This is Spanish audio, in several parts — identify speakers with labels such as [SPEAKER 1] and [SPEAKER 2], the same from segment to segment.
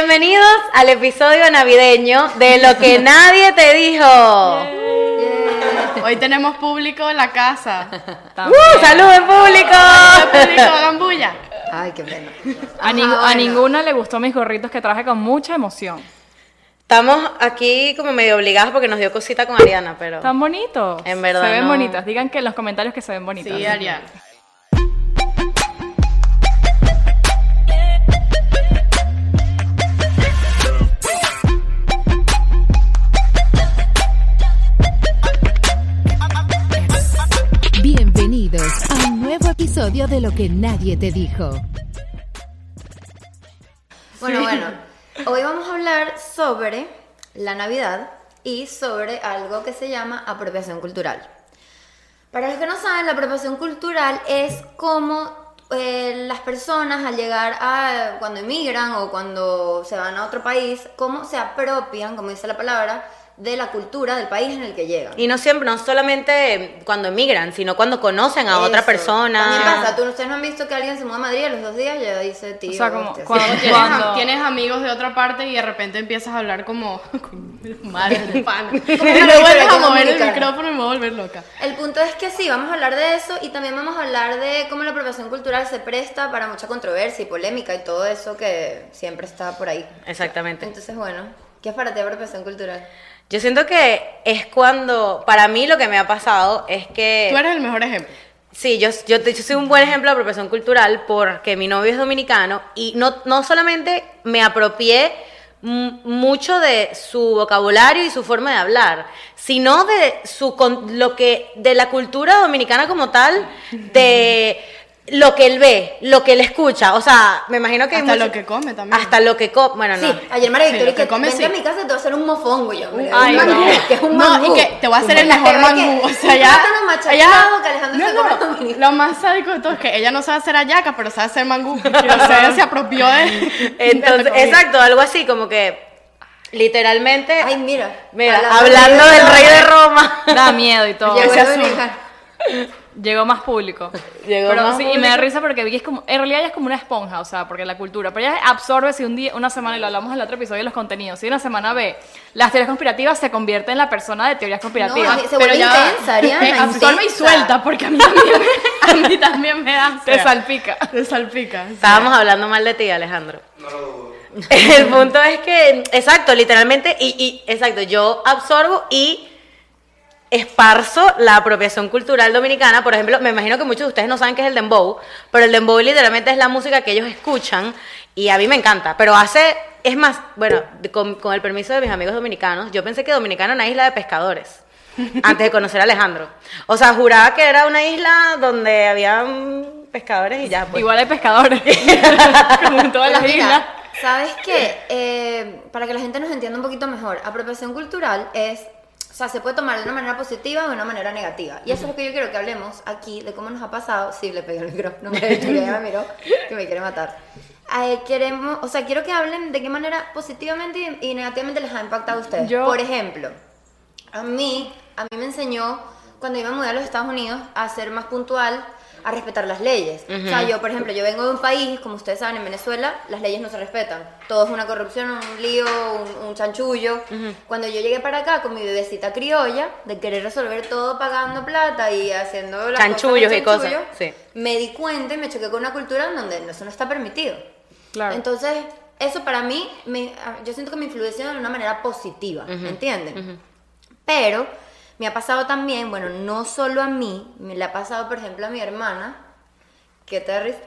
[SPEAKER 1] Bienvenidos al episodio navideño de lo que nadie te dijo.
[SPEAKER 2] Hoy tenemos público en la casa.
[SPEAKER 1] ¡Uh! ¡Salud en
[SPEAKER 2] Hola,
[SPEAKER 3] pues.
[SPEAKER 1] público!
[SPEAKER 2] público, hagan bulla.
[SPEAKER 3] Ay, qué pena.
[SPEAKER 4] A, ning- a ninguna le gustó mis gorritos que traje con mucha emoción.
[SPEAKER 1] Estamos aquí como medio obligados porque nos dio cosita con Ariana, pero
[SPEAKER 4] Están bonitos.
[SPEAKER 1] En verdad,
[SPEAKER 4] Se ven
[SPEAKER 1] no.
[SPEAKER 4] bonitas. Digan que en los comentarios que se ven bonitas.
[SPEAKER 2] Sí, Ariana.
[SPEAKER 5] Bienvenidos a un nuevo episodio de Lo que nadie te dijo.
[SPEAKER 3] Bueno, bueno. Hoy vamos a hablar sobre la Navidad y sobre algo que se llama apropiación cultural. Para los que no saben, la apropiación cultural es como las personas al llegar a cuando emigran o cuando se van a otro país, cómo se apropian, como dice la palabra, de la cultura del país en el que llegan.
[SPEAKER 1] y no siempre, no solamente cuando emigran, sino cuando conocen a otra
[SPEAKER 3] Eso.
[SPEAKER 1] persona.
[SPEAKER 3] También pasa, tú ustedes no han visto que alguien se muda a Madrid y a los dos días ya dice tío.
[SPEAKER 4] O sea, como
[SPEAKER 3] hostia,
[SPEAKER 4] cuando-
[SPEAKER 3] sí.
[SPEAKER 2] Tienes,
[SPEAKER 4] Cuando-
[SPEAKER 2] tienes amigos de otra parte y de repente empiezas a hablar como madre de pana. Como que
[SPEAKER 3] Como
[SPEAKER 2] me
[SPEAKER 3] americana,
[SPEAKER 2] vuelves a
[SPEAKER 3] como
[SPEAKER 2] mover el
[SPEAKER 3] americana.
[SPEAKER 2] micrófono y me voy a volver loca.
[SPEAKER 3] El punto es que sí, vamos a hablar de eso y también vamos a hablar de cómo la apropiación cultural se presta para mucha controversia y polémica y todo eso que siempre está por ahí.
[SPEAKER 1] Exactamente.
[SPEAKER 3] Entonces, bueno, ¿qué es para ti apropiación cultural?
[SPEAKER 1] Yo siento que es cuando, para mí lo que me ha pasado es
[SPEAKER 3] Eh,
[SPEAKER 1] que...
[SPEAKER 2] Tú eres el mejor ejemplo.
[SPEAKER 1] Sí, yo, yo, yo soy un buen ejemplo de apropiación cultural porque mi novio es dominicano y no, no solamente me apropié m- mucho de su vocabulario y su forma de hablar, sino de su con- lo que de la cultura dominicana como tal, de lo que él ve, lo que él escucha, o sea, me imagino que hay
[SPEAKER 2] Hasta
[SPEAKER 1] mucho-
[SPEAKER 2] lo que come también.
[SPEAKER 1] hasta lo que come, bueno, no.
[SPEAKER 3] Sí, ayer María
[SPEAKER 2] Sí,
[SPEAKER 3] Victoria
[SPEAKER 2] lo
[SPEAKER 3] que
[SPEAKER 2] que comes,
[SPEAKER 3] vente a
[SPEAKER 2] sí.
[SPEAKER 3] mi casa y te voy a hacer un mofongo y yo. "Mira,
[SPEAKER 4] Ay,
[SPEAKER 3] un mangú,
[SPEAKER 4] no.
[SPEAKER 3] que es un
[SPEAKER 2] No,
[SPEAKER 3] mangú".
[SPEAKER 2] y que te voy a hacer el
[SPEAKER 3] La
[SPEAKER 2] mejor
[SPEAKER 3] jeva que-
[SPEAKER 2] mangú. O
[SPEAKER 3] un
[SPEAKER 2] sea, ya.
[SPEAKER 3] plátano machacado que Alejandro se come
[SPEAKER 2] no, no,
[SPEAKER 3] dominicano.
[SPEAKER 2] Lo más sádico de todo es que ella no sabe hacer ayaca, pero sabe hacer mangú. Y o sea, ella se apropió de. de
[SPEAKER 1] Entonces,
[SPEAKER 2] la comida.
[SPEAKER 1] exacto, algo así como que literalmente
[SPEAKER 3] Ay, mira.
[SPEAKER 1] mira,
[SPEAKER 3] hablando de-
[SPEAKER 1] hablando del rey de Roma.
[SPEAKER 4] Da miedo y todo. ¿eh?
[SPEAKER 3] Llegó
[SPEAKER 2] Ese
[SPEAKER 3] el
[SPEAKER 2] asunto.
[SPEAKER 3] Dominicano.
[SPEAKER 4] Llegó más público.
[SPEAKER 1] Llegó
[SPEAKER 4] Pero
[SPEAKER 1] más
[SPEAKER 4] sí, y me da risa porque Vicky es como, en realidad ella es como una esponja, o sea, porque la cultura, pero ella absorbe si un día, una semana, y lo hablamos en el otro episodio de los contenidos, si una semana ve las teorías conspirativas, se convierte en la persona de teorías conspirativas.
[SPEAKER 3] No, se vuelve
[SPEAKER 2] va.
[SPEAKER 3] intensa, Ariana,
[SPEAKER 2] Eh, Absorbe y
[SPEAKER 3] intensa.
[SPEAKER 2] suelta, porque a mí también me, a mí también me da.
[SPEAKER 4] Te salpica.
[SPEAKER 2] Te salpica.
[SPEAKER 1] Estábamos hablando mal de ti, Alejandro. El punto es que, exacto, literalmente, y, y- exacto, yo absorbo y esparzo la apropiación cultural dominicana. Por ejemplo, me imagino que muchos de ustedes no saben qué es el dembow, pero el dembow literalmente es la música que ellos escuchan y a mí me encanta. Pero hace, es más, bueno, de- con, con el permiso de mis amigos dominicanos, yo pensé que Dominicana era una isla de pescadores. Antes de conocer a Alejandro. O sea, juraba que era una isla donde habían pescadores y ya. Pues.
[SPEAKER 4] Igual hay pescadores, como en todas las
[SPEAKER 3] Mira,
[SPEAKER 4] islas.
[SPEAKER 3] ¿Sabes qué? Eh, para que la gente nos entienda un poquito mejor, apropiación cultural es, o sea, se puede tomar de una manera positiva o de una manera negativa. Y eso es lo que yo quiero que hablemos aquí, de cómo nos ha pasado. Sí, le pegué el micrófono, me me miró, que me quiere matar. Eh, queremos, o sea, quiero que hablen de qué manera positivamente y- y, negativamente les ha impactado a ustedes.
[SPEAKER 4] Yo-
[SPEAKER 3] Por ejemplo, a mí, a mí me enseñó cuando iba a mudar a los Estados Unidos a ser más puntual, a respetar las leyes. O sea, yo, por ejemplo, yo vengo de un país, como ustedes saben, en Venezuela, las leyes no se respetan. Todo es una corrupción, un lío, un, un chanchullo. Cuando yo llegué para acá con mi bebecita criolla, de querer resolver todo pagando plata y haciendo las cosas de
[SPEAKER 1] Chanchullos y cosas,
[SPEAKER 3] chanchullo,
[SPEAKER 1] sí.
[SPEAKER 3] me di cuenta y me choqué con una cultura en donde eso no está permitido.
[SPEAKER 4] Claro.
[SPEAKER 3] Entonces, eso para mí, me- a- yo siento que me influenció de una manera positiva, ¿me entienden? Pero me ha pasado también, bueno, no solo a mí, me le ha pasado, por ejemplo, a mi hermana, que te da risa.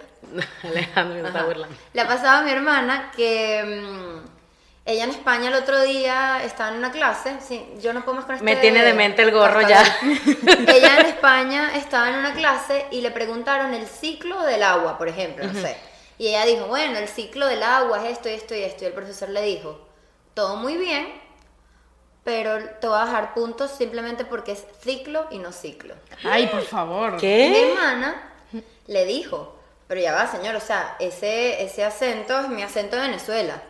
[SPEAKER 1] Alejandro me está
[SPEAKER 3] Ajá.
[SPEAKER 1] burlando.
[SPEAKER 3] Le ha pasado a mi hermana que mm, ella en España el otro día estaba en una clase. Sí, yo no puedo más con este
[SPEAKER 1] Me tiene demente el gorro ya.
[SPEAKER 3] cascabel. ella en España estaba en una clase y le preguntaron el ciclo del agua, por ejemplo, no sé. Y ella dijo, bueno, el ciclo del agua es esto y esto y esto. Y el profesor le dijo, todo muy bien, pero te voy a bajar puntos simplemente porque es ciclo y no ciclo.
[SPEAKER 2] Ay, por favor.
[SPEAKER 3] Y mi
[SPEAKER 4] ¿Eh?
[SPEAKER 1] ¿Qué?
[SPEAKER 3] hermana le dijo, pero ya va, señor, o sea, ese, ese acento es mi acento de Venezuela.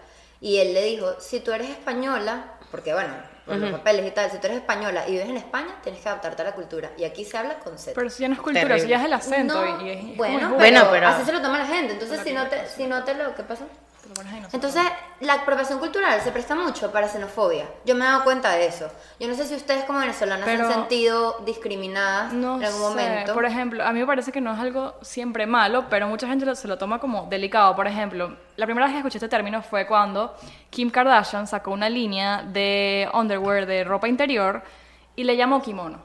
[SPEAKER 3] Y él le dijo, si tú eres española, porque bueno, por los papeles y tal, si tú eres española y vives en España, tienes que adaptarte a la cultura. Y aquí se habla con Z.
[SPEAKER 4] Pero eso ya no es cultura,
[SPEAKER 1] Terrible.
[SPEAKER 4] eso ya es el acento.
[SPEAKER 3] No,
[SPEAKER 4] y- y es- es como
[SPEAKER 3] bueno,
[SPEAKER 4] el
[SPEAKER 3] pero,
[SPEAKER 4] jugo.
[SPEAKER 1] Bueno, pero-
[SPEAKER 3] así se lo toma la gente. Entonces, si no, te, si no te lo... ¿Qué pasa?
[SPEAKER 4] pones ahí, no sé.
[SPEAKER 3] Entonces, la apropiación cultural se presta mucho para xenofobia. Yo me he dado cuenta de eso. Yo no sé si ustedes como venezolanas se
[SPEAKER 4] Pero-
[SPEAKER 3] han sentido discriminadas
[SPEAKER 4] No
[SPEAKER 3] en algún
[SPEAKER 4] sé,
[SPEAKER 3] momento.
[SPEAKER 4] Por ejemplo, a mí me parece que no es algo siempre malo, pero mucha gente lo- se lo toma como delicado. Por ejemplo, la primera vez que escuché este término fue cuando Kim Kardashian sacó una línea de underwear, de ropa interior, y le llamó kimono.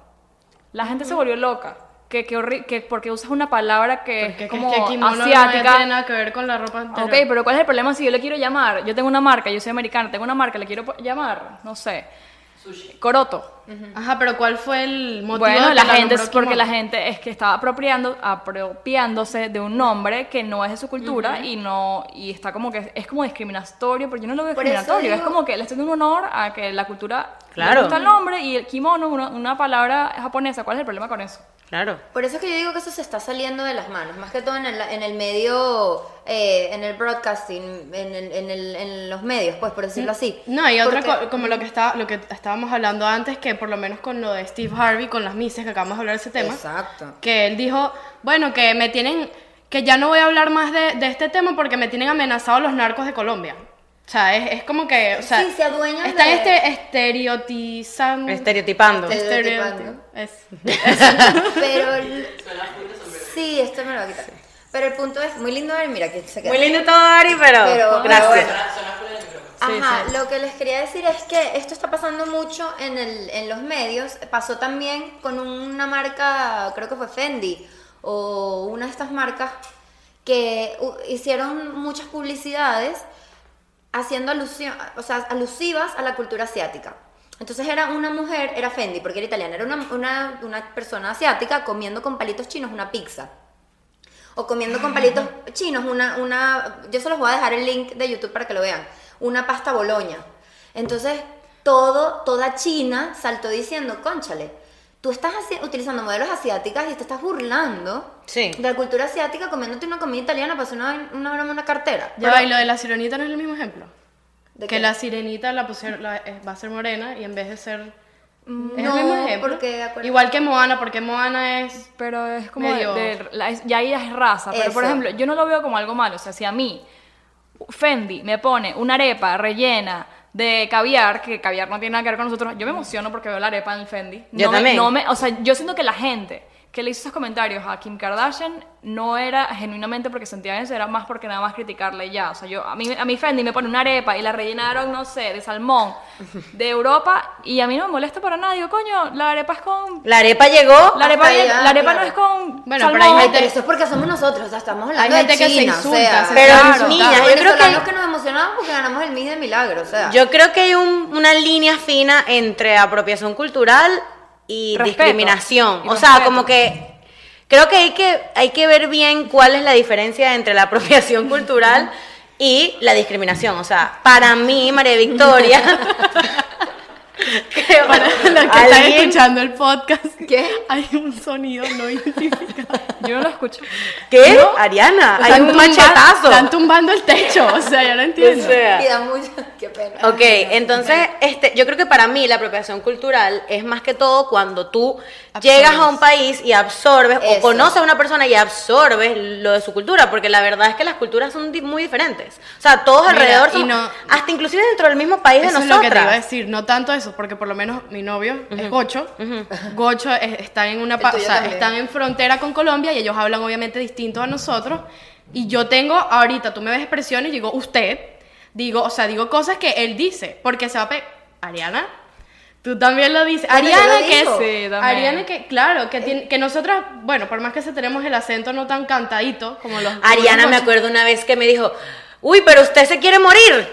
[SPEAKER 4] La gente se volvió loca. Que, que, horri- que porque usas una palabra que
[SPEAKER 2] Porque es
[SPEAKER 4] es como
[SPEAKER 2] que kimono no
[SPEAKER 4] asiática.
[SPEAKER 2] tiene nada que ver con la ropa anterior.
[SPEAKER 4] Ok, pero ¿cuál es el problema si yo le quiero llamar? Yo tengo una marca, yo soy americana, tengo una marca, le quiero po- llamar, no sé, coroto.
[SPEAKER 2] Ajá, pero ¿cuál fue el motivo? de
[SPEAKER 4] Bueno,
[SPEAKER 2] que
[SPEAKER 4] la gente
[SPEAKER 2] nombró
[SPEAKER 4] es porque
[SPEAKER 2] kimono?
[SPEAKER 4] la gente es que estaba apropiando, apropiándose de un nombre que no es de su cultura y no y está como que es como discriminatorio, pero yo no lo veo
[SPEAKER 3] Por eso
[SPEAKER 4] discriminatorio, es
[SPEAKER 3] digo-
[SPEAKER 4] como que le estoy dando un honor a que la cultura le
[SPEAKER 1] Claro.
[SPEAKER 4] gusta el nombre y el kimono una, una palabra japonesa, ¿cuál es el problema con eso?
[SPEAKER 1] Claro.
[SPEAKER 3] Por eso es que yo digo que eso se está saliendo de las manos, más que todo en el, en el medio, eh, en el broadcasting, en, el- en el- en los medios, pues por decirlo así.
[SPEAKER 2] No, y otra
[SPEAKER 3] Porque-
[SPEAKER 2] co- como lo que estaba, lo que estábamos hablando antes, que por lo menos con lo de Steve Harvey, con las misas, que acabamos de hablar de ese tema.
[SPEAKER 3] Exacto.
[SPEAKER 2] Que él dijo, bueno, que me tienen, que ya no voy a hablar más de, de este tema porque me tienen amenazados los narcos de Colombia. O sea, es, es como que, o sea,
[SPEAKER 3] Sí, se adueñan
[SPEAKER 2] están
[SPEAKER 3] de-
[SPEAKER 2] este estereotizando.
[SPEAKER 1] Estereotipando.
[SPEAKER 3] Este-
[SPEAKER 2] estereotipando. Es.
[SPEAKER 3] Pero. el- Sí, esto me lo va a quitar. Pero el punto es muy lindo ver, mira, aquí se queda.
[SPEAKER 1] Muy lindo todo, Ari, pero,
[SPEAKER 3] Pero-
[SPEAKER 1] gracias.
[SPEAKER 3] pero bueno. Ajá, lo que les quería decir es que esto está pasando mucho en, el, en los medios. Pasó también con una marca, creo que fue Fendi, o una de estas marcas, que u- hicieron muchas publicidades haciendo alusión, o sea, alusivas a la cultura asiática. Entonces era una mujer, era Fendi, porque era italiana, era una, una, una persona asiática comiendo con palitos chinos una pizza. O comiendo con palitos
[SPEAKER 2] Ah.
[SPEAKER 3] chinos una, una, yo se los voy a dejar el link de YouTube para que lo vean, una pasta boloña. Entonces, todo, toda China saltó diciendo, conchale, tú estás haci- utilizando modelos asiáticas y te estás burlando
[SPEAKER 1] Sí.
[SPEAKER 3] de la cultura asiática comiéndote una comida italiana, pues una, una broma, una cartera.
[SPEAKER 2] Ya va, y lo de la sirenita no es el mismo ejemplo.
[SPEAKER 3] ¿De
[SPEAKER 2] que
[SPEAKER 3] qué?
[SPEAKER 2] la sirenita la pusieron, la- eh, va a ser morena y en vez de ser. es
[SPEAKER 3] no,
[SPEAKER 2] el mismo ejemplo.
[SPEAKER 3] porque, acuérdate-
[SPEAKER 2] Igual que Moana, porque Moana es.
[SPEAKER 4] Pero es como
[SPEAKER 2] Medio-
[SPEAKER 4] de- de- la- ya ahí es raza, pero por
[SPEAKER 3] Eso.
[SPEAKER 4] ejemplo, yo no lo veo como algo malo, o sea, si a mí Fendi me pone una arepa rellena de caviar, que caviar no tiene nada que ver con nosotros, yo me emociono porque veo la arepa en el Fendi.
[SPEAKER 1] Yo
[SPEAKER 4] no me-
[SPEAKER 1] también.
[SPEAKER 4] no me- o sea, yo siento que la gente que le hizo esos comentarios a Kim Kardashian no era genuinamente porque sentía eso, era más porque nada más criticarle y ya. O sea, yo, a mí, a mí Fendi me pone una arepa y la rellenaron, no sé, de salmón de Europa y a mí no me molesta para nada. Digo, coño, la arepa es con...
[SPEAKER 1] La arepa llegó.
[SPEAKER 4] La arepa,
[SPEAKER 3] Hasta allá,
[SPEAKER 4] la arepa
[SPEAKER 3] claro.
[SPEAKER 4] no es con
[SPEAKER 2] Bueno, pero
[SPEAKER 4] salmón.
[SPEAKER 2] hay
[SPEAKER 3] Ay,
[SPEAKER 2] gente-
[SPEAKER 3] pero eso es porque somos nosotros, o sea, estamos hablando
[SPEAKER 2] Hay
[SPEAKER 3] de
[SPEAKER 2] gente que se
[SPEAKER 3] China, o
[SPEAKER 2] insulta,
[SPEAKER 3] sea,
[SPEAKER 2] se-
[SPEAKER 1] Pero,
[SPEAKER 4] Claro.
[SPEAKER 1] niña,
[SPEAKER 3] los
[SPEAKER 1] yo creo
[SPEAKER 3] venezolanos
[SPEAKER 1] que...
[SPEAKER 3] que... nos emocionamos porque ganamos el MIS de milagro, o sea.
[SPEAKER 1] Yo creo que hay un- una línea fina entre apropiación cultural y
[SPEAKER 4] Respeto.
[SPEAKER 1] discriminación.
[SPEAKER 4] Y
[SPEAKER 1] o sea,
[SPEAKER 4] respeto.
[SPEAKER 1] como que creo que hay, que hay que ver bien cuál es la diferencia entre la apropiación cultural y la discriminación. O sea, para mí, María Victoria... creo-
[SPEAKER 2] Para los que están
[SPEAKER 1] alguien-
[SPEAKER 2] escuchando el podcast,
[SPEAKER 3] ¿Qué?
[SPEAKER 2] hay un sonido no identificado.
[SPEAKER 4] Yo no lo escucho.
[SPEAKER 1] ¿Qué? Ariana, Ah, hay
[SPEAKER 2] Están
[SPEAKER 1] un
[SPEAKER 2] tumba-
[SPEAKER 1] machetazo.
[SPEAKER 2] Están tumbando el techo, o sea, yo no entiendo.
[SPEAKER 1] O sea,
[SPEAKER 3] Y da mucho, qué pena.
[SPEAKER 1] Ok, entonces este, yo creo que para mí la apropiación cultural es más que todo cuando tú llegas a un país y absorbes o
[SPEAKER 3] Eso.
[SPEAKER 1] conoces a una persona y absorbes lo de su cultura, porque la verdad es que las culturas son di- muy diferentes. O sea, todos
[SPEAKER 2] Mira,
[SPEAKER 1] alrededor,
[SPEAKER 2] y
[SPEAKER 1] somos-
[SPEAKER 2] no-
[SPEAKER 1] hasta inclusive dentro del mismo país de
[SPEAKER 2] Eso es lo que te iba a
[SPEAKER 1] nosotras.
[SPEAKER 2] decir, no tanto eso, porque por lo menos mi novio es gocho. Gocho es- está en una, pa-
[SPEAKER 3] tuyo
[SPEAKER 2] o sea,
[SPEAKER 3] también.
[SPEAKER 2] están en frontera con Colombia y ellos hablan obviamente distinto a nosotros. Y yo tengo ahorita, tú me ves expresiones y digo usted, digo, o sea, digo cosas que él dice, porque se va a pe- Ariana, tú también lo dices.
[SPEAKER 3] Bueno, yo
[SPEAKER 2] Ariana
[SPEAKER 3] lo
[SPEAKER 2] que
[SPEAKER 3] digo.
[SPEAKER 4] Sí, también.
[SPEAKER 2] Ariana que claro, que tiene- que nosotras, bueno, por más que se tenemos el acento no tan cantadito como los como
[SPEAKER 1] Ariana
[SPEAKER 2] los
[SPEAKER 1] me
[SPEAKER 2] gochos,
[SPEAKER 1] acuerdo una vez que me dijo, uy, pero usted se quiere morir.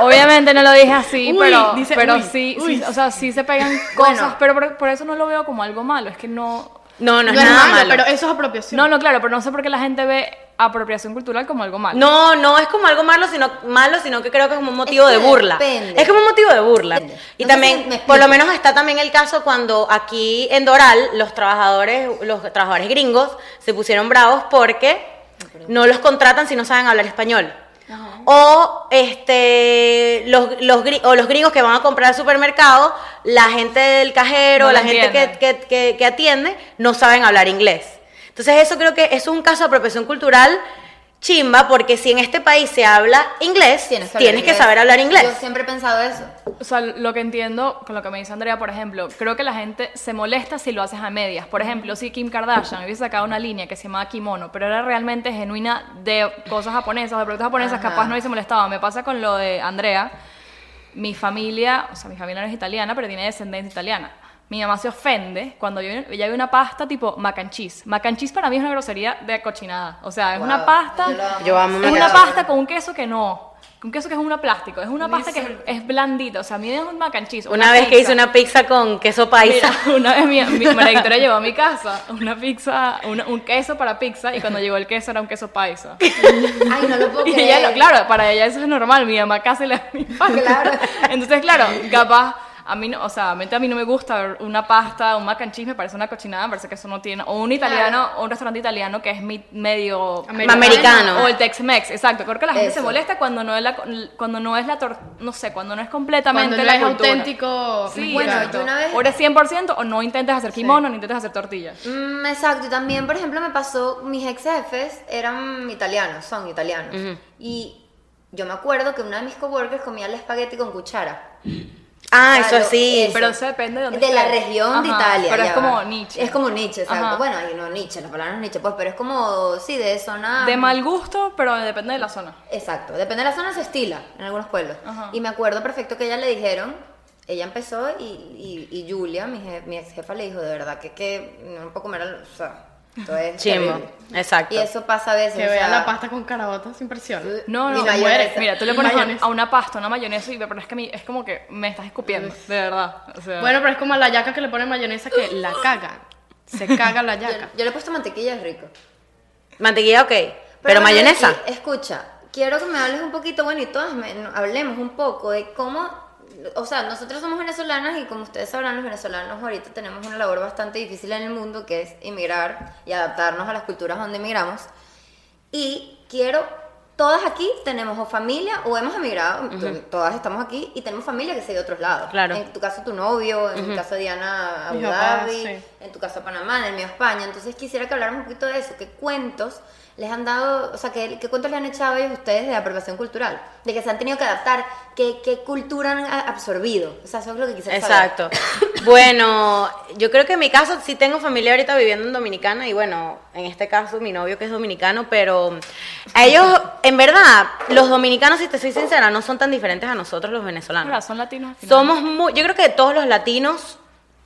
[SPEAKER 4] Obviamente no lo dije así,
[SPEAKER 2] Uy,
[SPEAKER 4] pero,
[SPEAKER 2] dice,
[SPEAKER 4] pero
[SPEAKER 2] uy,
[SPEAKER 4] sí,
[SPEAKER 2] uy.
[SPEAKER 4] sí, o sea, sí se pegan
[SPEAKER 3] Bueno.
[SPEAKER 4] cosas, pero por, por eso no lo veo como algo malo, es que no...
[SPEAKER 1] No, no,
[SPEAKER 2] No,
[SPEAKER 1] es nada
[SPEAKER 2] malo,
[SPEAKER 1] malo.
[SPEAKER 2] pero eso es apropiación.
[SPEAKER 4] No, no, claro, pero no sé por qué la gente ve apropiación cultural como algo malo.
[SPEAKER 1] No, no es como algo malo, sino malo, sino que creo que es como un motivo
[SPEAKER 3] Es que
[SPEAKER 1] de burla.
[SPEAKER 3] depende.
[SPEAKER 1] Es como un motivo de burla.
[SPEAKER 3] Depende.
[SPEAKER 1] Y
[SPEAKER 3] No sé si
[SPEAKER 1] también,
[SPEAKER 3] me
[SPEAKER 1] por lo
[SPEAKER 3] explico.
[SPEAKER 1] menos está también el caso cuando aquí en Doral los trabajadores, los trabajadores gringos se pusieron bravos porque no los contratan si no saben hablar español. O este los, los, gri- o los gringos que van a comprar al supermercado, la gente del cajero,
[SPEAKER 4] No lo
[SPEAKER 1] la gente que,
[SPEAKER 4] entienden.
[SPEAKER 1] que, que- que atiende no saben hablar inglés. Entonces eso creo que eso es un caso de apropiación cultural chimba porque si en este país se habla inglés, tienes que, saber hablar inglés.
[SPEAKER 3] Yo siempre he pensado eso.
[SPEAKER 4] O sea, lo que entiendo con lo que me dice Andrea, por ejemplo, creo que la gente se molesta si lo haces a medias. Por ejemplo, si Kim Kardashian hubiese sacado una línea que se llamaba Kimono, pero era realmente genuina de cosas japonesas, de productos japoneses,
[SPEAKER 3] Ajá.
[SPEAKER 4] capaz no hubiese molestado. Me pasa con lo de Andrea. Mi familia, o sea, mi familia no es italiana, pero tiene descendencia italiana. Mi mamá se ofende cuando yo, ella ve una pasta tipo mac and cheese. Mac and cheese para mí es una grosería de cochinada. O sea, es una
[SPEAKER 3] Wow,
[SPEAKER 4] pasta
[SPEAKER 3] yo lo amo.
[SPEAKER 1] Yo amo
[SPEAKER 4] es
[SPEAKER 1] Me
[SPEAKER 4] una
[SPEAKER 1] quedo.
[SPEAKER 4] pasta con un queso que no. Un queso que es una plástico. Es una pasta que es, es blandita. O sea, a mí me un mac and cheese.
[SPEAKER 1] Una, vez que hice
[SPEAKER 4] pizza.
[SPEAKER 1] una pizza con queso paisa.
[SPEAKER 4] Mira, una vez mi, mi- María Victoria llevó a mi casa una pizza, una- un queso para pizza y cuando llegó el queso era un queso paisa.
[SPEAKER 3] Ay, no lo puedo
[SPEAKER 4] Y
[SPEAKER 3] creer.
[SPEAKER 4] ella, lo- claro, para ella eso es normal, mi mamá casi le da mi pasta.
[SPEAKER 3] Claro.
[SPEAKER 4] Entonces, claro, capaz, a mí no, o sea, obviamente a mí no me gusta ver una pasta, un mac and cheese, me parece una cochinada, me parece que eso no tiene, o un italiano, o un restaurante italiano que es mi- medio
[SPEAKER 2] Americano.
[SPEAKER 1] Americano.
[SPEAKER 4] O el Tex-Mex, exacto. Creo que la gente se
[SPEAKER 3] Eso.
[SPEAKER 4] molesta cuando no es la, cuando no es la, tor- no sé, cuando no es
[SPEAKER 2] Cuando
[SPEAKER 4] completamente
[SPEAKER 2] no
[SPEAKER 4] la
[SPEAKER 2] es
[SPEAKER 4] cultura.
[SPEAKER 2] auténtico.
[SPEAKER 4] Sí,
[SPEAKER 3] Bueno,
[SPEAKER 2] mexicano.
[SPEAKER 4] exacto.
[SPEAKER 3] yo una vez-
[SPEAKER 4] O eres 100% o no intentas hacer kimono, no intentas hacer tortillas.
[SPEAKER 3] Mm, exacto, y también, por ejemplo, me pasó, mis ex jefes eran italianos, son italianos. Y yo me acuerdo que una de mis coworkers comía el espagueti con cuchara.
[SPEAKER 1] Ah, eso
[SPEAKER 3] Claro,
[SPEAKER 1] sí.
[SPEAKER 3] eso.
[SPEAKER 4] pero eso depende de dónde
[SPEAKER 3] De la
[SPEAKER 4] estés.
[SPEAKER 3] región de
[SPEAKER 4] Ajá,
[SPEAKER 3] Italia.
[SPEAKER 4] pero es
[SPEAKER 3] ya
[SPEAKER 4] como
[SPEAKER 3] va.
[SPEAKER 4] Nietzsche.
[SPEAKER 3] Es como Nietzsche, exacto.
[SPEAKER 4] Ajá.
[SPEAKER 3] Bueno, y no Nietzsche, la palabra no es Nietzsche, pues, pero es como, sí, de zona...
[SPEAKER 4] De mal gusto, pero depende de la zona.
[SPEAKER 3] Exacto, depende de la zona se estila en algunos pueblos.
[SPEAKER 4] Ajá.
[SPEAKER 3] Y me acuerdo perfecto que ella le dijeron, ella empezó y, y, y Julia, mi, je- mi ex jefa, le dijo, de verdad que, que no puedo comer, al- o sea, esto es
[SPEAKER 1] Chimbo,
[SPEAKER 3] terrible".
[SPEAKER 1] exacto.
[SPEAKER 3] Y eso pasa a veces.
[SPEAKER 2] Que
[SPEAKER 3] o
[SPEAKER 2] vea
[SPEAKER 3] sea,
[SPEAKER 2] la pasta con carabotas, impresiona.
[SPEAKER 4] No,
[SPEAKER 3] Y
[SPEAKER 4] no,
[SPEAKER 3] mayonesa.
[SPEAKER 4] muere. Mira, tú le
[SPEAKER 2] Y
[SPEAKER 4] pones a-
[SPEAKER 2] mayonesa.
[SPEAKER 4] a una pasta, una mayonesa y pero es que a mí- es como que me estás escupiendo, de verdad. O sea,
[SPEAKER 2] Bueno, pero es como la yaca que le ponen mayonesa que la caga. Se caga la
[SPEAKER 3] Yo,
[SPEAKER 2] yaca.
[SPEAKER 3] yo le he puesto mantequilla, es rico.
[SPEAKER 1] Mantequilla, ok. Pero, mayonesa.
[SPEAKER 3] Vicky, escucha, quiero que me hables un poquito, bueno, y todas me- no, hablemos un poco de cómo, o sea, nosotros somos venezolanas y como ustedes sabrán, los venezolanos ahorita tenemos una labor bastante difícil en el mundo que es emigrar y adaptarnos a las culturas donde emigramos. Y quiero, todas aquí tenemos o familia o hemos emigrado, to- todas estamos aquí y tenemos familia que se ha ido a otros lados.
[SPEAKER 1] Claro.
[SPEAKER 3] En tu caso tu novio, en mi caso Diana a Abu
[SPEAKER 2] Mi papá,
[SPEAKER 3] Dhabi,
[SPEAKER 2] sí.
[SPEAKER 3] en tu caso Panamá, en el mío España. Entonces quisiera que habláramos un poquito de eso, qué cuentos les han dado, o sea, qué, qué cuentos les han echado ellos a ustedes de apropiación cultural, de que se han tenido que adaptar, qué, qué cultura han a- absorbido. O sea, eso es lo que quisiera saber.
[SPEAKER 1] Exacto. Bueno, yo creo que en mi caso sí tengo familia ahorita viviendo en Dominicana y bueno, en este caso mi novio que es dominicano, pero a ellos, en verdad, los dominicanos, si te soy sincera, no son tan diferentes a nosotros los
[SPEAKER 4] ahora
[SPEAKER 1] venezolanos.
[SPEAKER 4] son latinos. al final.
[SPEAKER 1] Somos muy, yo creo que de todos los latinos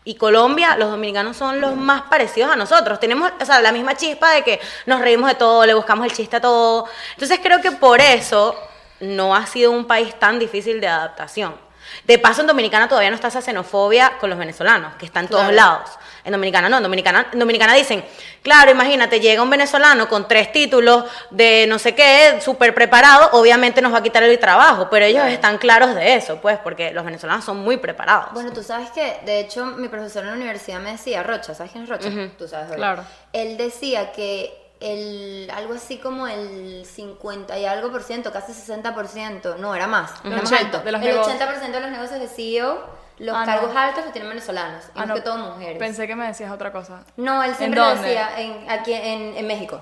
[SPEAKER 1] y Colombia, los dominicanos son los más parecidos a nosotros. Tenemos, o sea, la misma chispa de que nos reímos de todo, le buscamos el chiste a todo. Entonces creo que por eso no ha sido un país tan difícil de adaptación. De paso, en Dominicana todavía no está esa xenofobia con los venezolanos, que está en todos
[SPEAKER 3] Claro.
[SPEAKER 1] lados. En Dominicana no, en Dominicana, en Dominicana dicen, claro, imagínate, llega un venezolano con tres títulos de no sé qué, súper preparado, obviamente nos va a quitar el trabajo, pero ellos están claros de eso, pues, porque los venezolanos son muy preparados.
[SPEAKER 3] Bueno, tú sabes que, de hecho, mi profesor en la universidad me decía, Rocha, ¿sabes quién es Rocha? Tú sabes, obvio.
[SPEAKER 4] Claro.
[SPEAKER 3] Él decía que el, algo así como el 50 y algo por ciento, casi 60 por ciento, no, era más, era más
[SPEAKER 4] 80,
[SPEAKER 3] alto.
[SPEAKER 4] de los
[SPEAKER 3] el
[SPEAKER 4] negocios.
[SPEAKER 3] 80 por ciento de los negocios de CEO, los
[SPEAKER 4] Ah, no.
[SPEAKER 3] cargos altos los tienen venezolanos, y
[SPEAKER 4] Ah,
[SPEAKER 3] más
[SPEAKER 4] no,
[SPEAKER 3] que todo mujeres.
[SPEAKER 4] Pensé que me decías otra cosa.
[SPEAKER 3] no, él
[SPEAKER 4] ¿En
[SPEAKER 3] siempre lo
[SPEAKER 4] dónde?
[SPEAKER 3] decía en, aquí en, en México.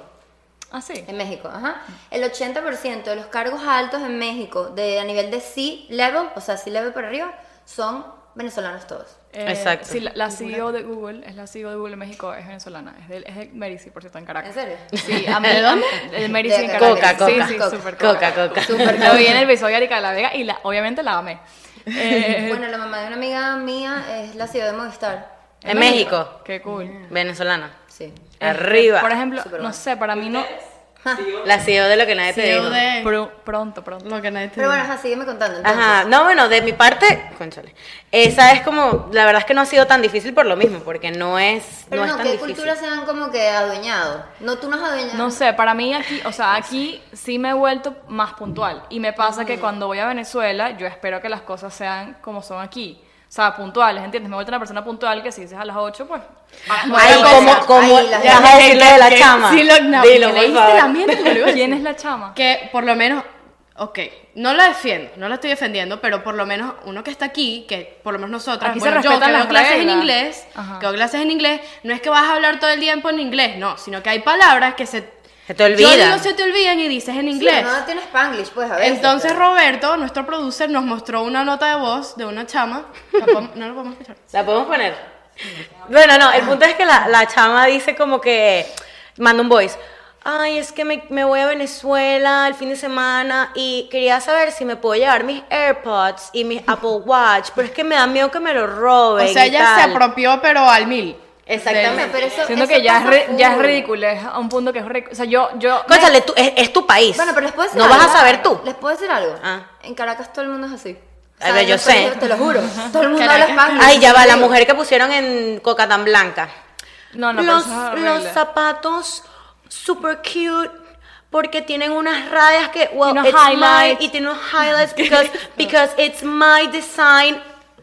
[SPEAKER 4] Ah, sí.
[SPEAKER 3] En México, ajá. El 80% de los cargos altos en México de, a nivel de C-level, o sea, C-level para arriba, son venezolanos todos.
[SPEAKER 4] Eh,
[SPEAKER 1] Exacto.
[SPEAKER 4] Sí, la, la CEO de Google, es la CEO de Google México, es venezolana. Es de, es de Merici, por cierto, en Caracas.
[SPEAKER 3] ¿En serio?
[SPEAKER 4] Sí, a mí,
[SPEAKER 2] ¿De dónde?
[SPEAKER 4] De Merici
[SPEAKER 3] De
[SPEAKER 4] en Caracas.
[SPEAKER 1] Coca,
[SPEAKER 4] Sí,
[SPEAKER 1] coca,
[SPEAKER 4] sí,
[SPEAKER 3] Coca.
[SPEAKER 4] súper
[SPEAKER 1] coca, coca.
[SPEAKER 3] Súper
[SPEAKER 4] Lo vi en el episodio de Arica de la Vega y la, obviamente la amé. Eh,
[SPEAKER 3] Bueno, la mamá de una amiga mía es la ciudad de Movistar.
[SPEAKER 1] En México,
[SPEAKER 4] Qué cool.
[SPEAKER 1] venezolana.
[SPEAKER 3] Sí.
[SPEAKER 4] Este,
[SPEAKER 1] Arriba.
[SPEAKER 4] Por ejemplo,
[SPEAKER 3] Súper
[SPEAKER 4] no
[SPEAKER 3] bueno.
[SPEAKER 4] sé, para mí no.
[SPEAKER 1] La CEO de lo que nadie te
[SPEAKER 2] CEO
[SPEAKER 1] dijo.
[SPEAKER 2] E de-
[SPEAKER 4] Pro- pronto, pronto.
[SPEAKER 2] Lo que nadie te
[SPEAKER 3] Pero bueno,
[SPEAKER 2] dice.
[SPEAKER 3] ajá, sígueme contando. Entonces.
[SPEAKER 1] Ajá, no, bueno, de mi parte, cónchale, esa es como, la verdad es que no ha sido tan difícil por lo mismo, porque no es,
[SPEAKER 3] Pero
[SPEAKER 1] no es
[SPEAKER 3] no,
[SPEAKER 1] tan
[SPEAKER 3] ¿qué
[SPEAKER 1] difícil.
[SPEAKER 3] culturas se han como que adueñado? No, tú no has adueñado.
[SPEAKER 4] No sé, para mí aquí, o sea, aquí sí me he vuelto más puntual. Y me pasa
[SPEAKER 3] Mm.
[SPEAKER 4] que cuando voy a Venezuela, yo espero que las cosas sean como son aquí. O sea, puntuales, ¿entiendes? Me he vuelto una persona puntual que si dices a las 8, pues... ah, no,
[SPEAKER 1] Ay,
[SPEAKER 4] no,
[SPEAKER 1] como,
[SPEAKER 3] Ay,
[SPEAKER 1] como,
[SPEAKER 3] la
[SPEAKER 1] ya vas a decir lo de la chama.
[SPEAKER 2] Sí, lo, no,
[SPEAKER 1] Dilo,
[SPEAKER 2] que
[SPEAKER 1] por
[SPEAKER 2] leíste
[SPEAKER 1] favor.
[SPEAKER 2] la mierda y me lo iba a decir.
[SPEAKER 4] ¿Quién es la chama?
[SPEAKER 2] Que por lo menos, ok, no la defiendo, no la estoy defendiendo, pero por lo menos uno que está aquí, que por lo menos nosotros,
[SPEAKER 4] Aquí se
[SPEAKER 2] bueno, yo que
[SPEAKER 4] respetan
[SPEAKER 2] veo
[SPEAKER 4] las
[SPEAKER 2] clases en
[SPEAKER 4] reglas.
[SPEAKER 2] inglés,
[SPEAKER 4] Ajá.
[SPEAKER 2] que veo clases en inglés, no es que vas a hablar todo el tiempo en inglés, no, sino que hay palabras que se
[SPEAKER 1] Se te
[SPEAKER 2] Yo digo
[SPEAKER 1] olvida.
[SPEAKER 2] se te olvidan y dices en
[SPEAKER 3] Sí,
[SPEAKER 2] inglés.
[SPEAKER 3] no tienes Spanglish, pues a veces.
[SPEAKER 2] Entonces
[SPEAKER 3] pero-
[SPEAKER 2] Roberto, nuestro producer, nos mostró una nota de voz de una chama. La podemos- no lo podemos escuchar.
[SPEAKER 1] ¿La podemos poner? Bueno, no, el punto es que la, la chama dice como que manda un voice. Ay, es que me, me voy a Venezuela el fin de semana y quería saber si me puedo llevar mis AirPods y mis Apple Watch, pero es que me da miedo que me lo roben.
[SPEAKER 2] O sea,
[SPEAKER 1] y
[SPEAKER 2] ella se
[SPEAKER 1] tal".
[SPEAKER 2] apropió, pero al mil.
[SPEAKER 3] O sea,
[SPEAKER 1] Exactamente.
[SPEAKER 3] pero eso-
[SPEAKER 4] Siento
[SPEAKER 3] eso
[SPEAKER 4] que ya es,
[SPEAKER 3] pasa
[SPEAKER 4] ri- ya es
[SPEAKER 3] full.
[SPEAKER 4] ridículo, es a un punto que es ridículo. O sea, yo, yo me-
[SPEAKER 1] Cónchale, tú- es, es tu país.
[SPEAKER 3] Bueno, pero les puedo decir
[SPEAKER 1] No
[SPEAKER 3] algo.
[SPEAKER 1] vas a saber tú.
[SPEAKER 3] Les puedo decir algo.
[SPEAKER 1] Ah.
[SPEAKER 3] En Caracas todo el mundo es así.
[SPEAKER 1] A ver,
[SPEAKER 3] en
[SPEAKER 1] yo
[SPEAKER 3] los
[SPEAKER 1] sé.
[SPEAKER 3] colegios, Te lo juro. Todo el mundo habla
[SPEAKER 2] Caracas.
[SPEAKER 3] Spanglish.
[SPEAKER 1] Ay, ya va, la
[SPEAKER 3] Sí.
[SPEAKER 1] mujer que pusieron en Coca tan blanca.
[SPEAKER 4] No, no, pero
[SPEAKER 1] los,
[SPEAKER 4] eso es horrible.
[SPEAKER 1] los zapatos super cute porque tienen unas rayas que well,
[SPEAKER 4] unos
[SPEAKER 1] it's my-
[SPEAKER 4] highlights.
[SPEAKER 1] y tiene unos highlights because because it's my design.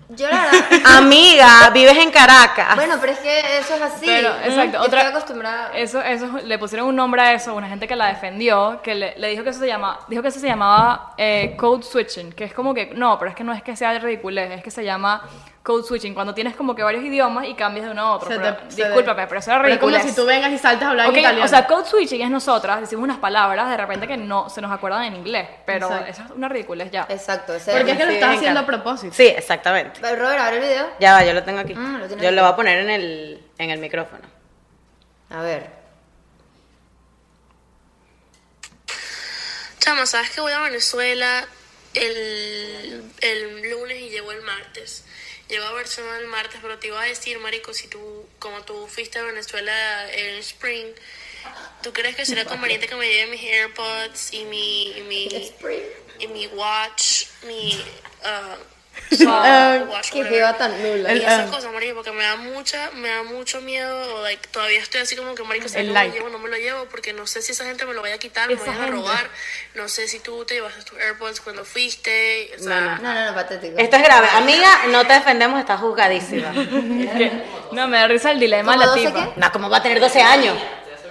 [SPEAKER 3] Yo la verdad.
[SPEAKER 1] Amiga, vives en Caracas.
[SPEAKER 3] bueno, pero es que eso es así.
[SPEAKER 4] Pero, exacto,
[SPEAKER 3] Yo
[SPEAKER 4] otra-
[SPEAKER 3] Estoy acostumbrada.
[SPEAKER 4] Eso, eso, le pusieron un nombre a eso, una gente que la defendió, que le, le dijo que eso se llama, dijo que eso se llamaba eh, code switching, que es como que, no, pero es que no es que sea ridículo, es que se llama code switching, cuando tienes como que varios idiomas y cambias de uno a otro.
[SPEAKER 2] Se
[SPEAKER 4] pero-
[SPEAKER 2] te- se te-
[SPEAKER 4] discúlpame, pero eso era
[SPEAKER 2] Pero es
[SPEAKER 4] ridículo.
[SPEAKER 2] como si tú vengas y saltas a hablar
[SPEAKER 4] Ok,
[SPEAKER 2] en italiano.
[SPEAKER 4] o sea, code switching es nosotras, decimos unas palabras de repente que no se nos acuerdan en inglés, pero
[SPEAKER 2] Exacto.
[SPEAKER 4] eso es una ridícula ya.
[SPEAKER 3] Exacto. ese-
[SPEAKER 2] porque es que lo
[SPEAKER 1] Sí,
[SPEAKER 2] estás
[SPEAKER 1] me
[SPEAKER 2] haciendo a
[SPEAKER 1] encanta.
[SPEAKER 2] propósito.
[SPEAKER 1] Sí, exactamente.
[SPEAKER 3] Pero, Robert, abre el video.
[SPEAKER 1] Ya va, yo lo tengo aquí.
[SPEAKER 3] Ah, lo tienes
[SPEAKER 1] yo
[SPEAKER 3] aquí.
[SPEAKER 1] lo voy a poner en el en el micrófono.
[SPEAKER 3] A ver.
[SPEAKER 6] Chama, ¿sabes que voy a Venezuela el, el lunes y llego el martes? Llego a Barcelona el martes, pero te iba a decir, marico, si tú, como tú fuiste a Venezuela en Spring, ¿tú crees que será conveniente que me lleve mis AirPods y mi, y mi, y mi watch, mi... ah, watch,
[SPEAKER 3] Qué
[SPEAKER 6] whatever?
[SPEAKER 3] jeva tan nula.
[SPEAKER 6] y esas cosas, marico, porque me da mucha, me da mucho miedo, o, like, todavía estoy así como que, marico, si
[SPEAKER 2] El
[SPEAKER 6] no
[SPEAKER 2] like.
[SPEAKER 6] me lo llevo, no me lo llevo, porque no sé si esa gente me lo vaya a quitar, me
[SPEAKER 4] Esa
[SPEAKER 6] vayan a
[SPEAKER 4] gente.
[SPEAKER 6] robar, no sé si tú te llevaste tus AirPods cuando fuiste, o sea,
[SPEAKER 3] No, no, no, patético.
[SPEAKER 1] Esto es grave. Amiga, no te defendemos, estás juzgadísima.
[SPEAKER 4] Que- no, me da risa el dilema de
[SPEAKER 3] ¿Cómo
[SPEAKER 4] la
[SPEAKER 3] doce
[SPEAKER 4] tipa.
[SPEAKER 3] qué?
[SPEAKER 1] No, ¿cómo va a tener 12 años?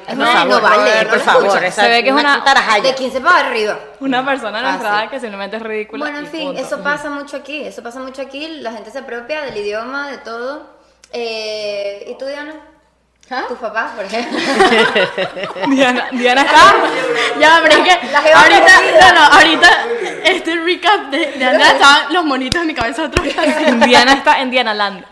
[SPEAKER 3] Es
[SPEAKER 1] Por
[SPEAKER 3] una
[SPEAKER 1] favor,
[SPEAKER 3] no vale.
[SPEAKER 1] Robert,
[SPEAKER 3] no
[SPEAKER 1] por
[SPEAKER 3] la
[SPEAKER 1] favor,
[SPEAKER 3] escuchas.
[SPEAKER 1] esa
[SPEAKER 4] Se ve que es una-
[SPEAKER 1] tarajaya.
[SPEAKER 3] De 15 para arriba.
[SPEAKER 4] Una persona de
[SPEAKER 2] Ah,
[SPEAKER 4] nuestra
[SPEAKER 3] Fácil.
[SPEAKER 4] edad que simplemente es ridícula.
[SPEAKER 3] Bueno, en
[SPEAKER 4] y
[SPEAKER 3] fin,
[SPEAKER 4] punto. mm.
[SPEAKER 3] eso pasa mucho aquí, eso pasa mucho aquí, la gente se apropia del idioma, de todo. Eh, ¿Y tú, Diana? Tus papás, por ejemplo.
[SPEAKER 4] Diana, Diana está.
[SPEAKER 2] Ya, pero es que
[SPEAKER 3] La jeva
[SPEAKER 2] ahorita,
[SPEAKER 3] perdida.
[SPEAKER 2] no, no, ahorita este recap de, de Andrea estaban los monitos en mi cabeza otra vez.
[SPEAKER 4] Diana está en Diana Land.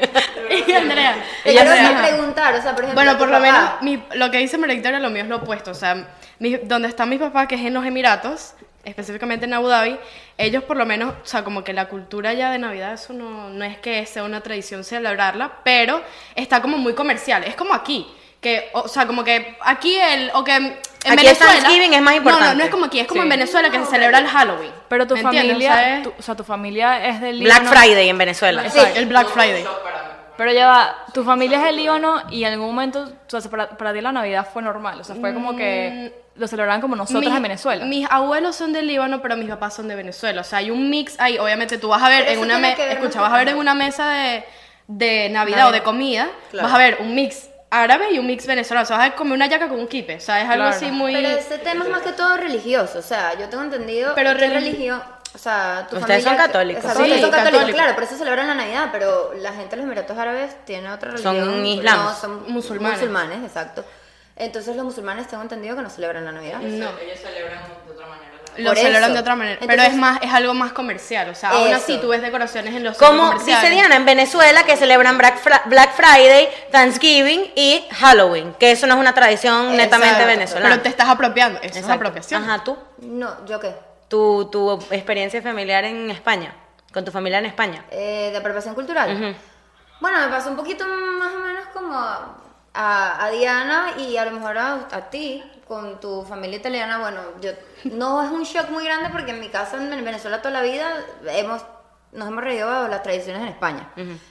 [SPEAKER 2] y Andrea.
[SPEAKER 3] Te
[SPEAKER 2] y
[SPEAKER 3] quiero
[SPEAKER 2] Andrea.
[SPEAKER 3] sí preguntar, o sea, por ejemplo.
[SPEAKER 2] Bueno,
[SPEAKER 3] tu
[SPEAKER 2] por lo menos
[SPEAKER 3] papá.
[SPEAKER 2] mi- lo que dice María Victoria, lo mío es lo opuesto. O sea, mi- donde está mi papá, que es en los Emiratos, específicamente en Abu Dhabi, ellos por lo menos, o sea, como que la cultura ya de Navidad, eso no, no es que sea una tradición celebrarla, pero está como muy comercial. Es como aquí, que, o sea, como que aquí el, o que en
[SPEAKER 1] Aquí el
[SPEAKER 2] Venezuela...
[SPEAKER 1] Thanksgiving es más
[SPEAKER 2] No, no,
[SPEAKER 1] importante.
[SPEAKER 2] no es como aquí, es como
[SPEAKER 4] Sí.
[SPEAKER 2] en Venezuela que se celebra el Halloween.
[SPEAKER 4] Pero tu
[SPEAKER 2] ¿me entiendes?
[SPEAKER 4] familia,
[SPEAKER 2] O sea, es-
[SPEAKER 4] tu- o sea, tu familia es del
[SPEAKER 1] Black
[SPEAKER 4] Líbano.
[SPEAKER 1] Friday en Venezuela.
[SPEAKER 2] Sí, el Black Friday.
[SPEAKER 4] Pero ya va, tu familia es del Líbano y en algún momento, o sea, para, para ti la Navidad fue normal. O sea, fue como que
[SPEAKER 2] Mm,
[SPEAKER 4] lo celebraban como nosotros
[SPEAKER 2] Mis-
[SPEAKER 4] en Venezuela.
[SPEAKER 2] Mis abuelos son del Líbano, pero mis papás son de Venezuela. O sea, hay un mix ahí. Obviamente tú vas a ver
[SPEAKER 3] Pero
[SPEAKER 2] en
[SPEAKER 3] eso
[SPEAKER 2] una
[SPEAKER 3] tiene
[SPEAKER 2] mesa,
[SPEAKER 3] que ver
[SPEAKER 2] escucha,
[SPEAKER 3] más
[SPEAKER 2] vas a ver
[SPEAKER 3] con-
[SPEAKER 2] en una mesa de, de Navidad o de comida, vas a ver un mix árabe y un mix venezolano. O sea, vas a comer una yaca con un kipe. O sea, es algo
[SPEAKER 4] Claro.
[SPEAKER 2] así muy...
[SPEAKER 3] Pero ese tema es más que todo religioso, o sea, yo tengo entendido.
[SPEAKER 2] Pero
[SPEAKER 3] que
[SPEAKER 2] religi-
[SPEAKER 3] religión. O sea, tu
[SPEAKER 1] Ustedes
[SPEAKER 3] familia-
[SPEAKER 1] son católicos.
[SPEAKER 3] Exacto, ustedes
[SPEAKER 2] Sí,
[SPEAKER 3] son católicos,
[SPEAKER 2] católicos.
[SPEAKER 3] claro, por eso celebran la Navidad, pero la gente de los Emiratos Árabes tiene otra
[SPEAKER 1] Son
[SPEAKER 3] religión.
[SPEAKER 1] islam.
[SPEAKER 3] No, son
[SPEAKER 2] Musulmanes.
[SPEAKER 3] Musulmanes, exacto. Entonces los musulmanes tengo entendido que no celebran la Navidad.
[SPEAKER 2] No.
[SPEAKER 3] Por
[SPEAKER 2] Lo celebran
[SPEAKER 3] eso.
[SPEAKER 2] de otra manera. pero
[SPEAKER 3] Entonces-
[SPEAKER 2] es más, es algo más comercial. O sea, aún
[SPEAKER 3] Eso.
[SPEAKER 2] así tú ves decoraciones en los centros
[SPEAKER 1] Como dice
[SPEAKER 2] comerciales.
[SPEAKER 1] Diana, en Venezuela que celebran Black Fra- Black Friday, Thanksgiving y Halloween, que eso no es una tradición
[SPEAKER 3] Exacto.
[SPEAKER 1] netamente
[SPEAKER 2] Pero
[SPEAKER 1] venezolana.
[SPEAKER 2] te estás apropiando. Eso es
[SPEAKER 1] Exacto.
[SPEAKER 2] apropiación.
[SPEAKER 1] Ajá, tú,
[SPEAKER 3] No, ¿yo qué?
[SPEAKER 1] tu, tu experiencia familiar en España, con tu familia en España.
[SPEAKER 3] Eh, de apropiación cultural. Bueno, me pasó un poquito más o menos como a, a Diana y a lo mejor a, a ti, con tu familia italiana. Bueno, yo no es un shock muy grande porque en mi casa en Venezuela toda la vida hemos nos hemos reído de las tradiciones en España.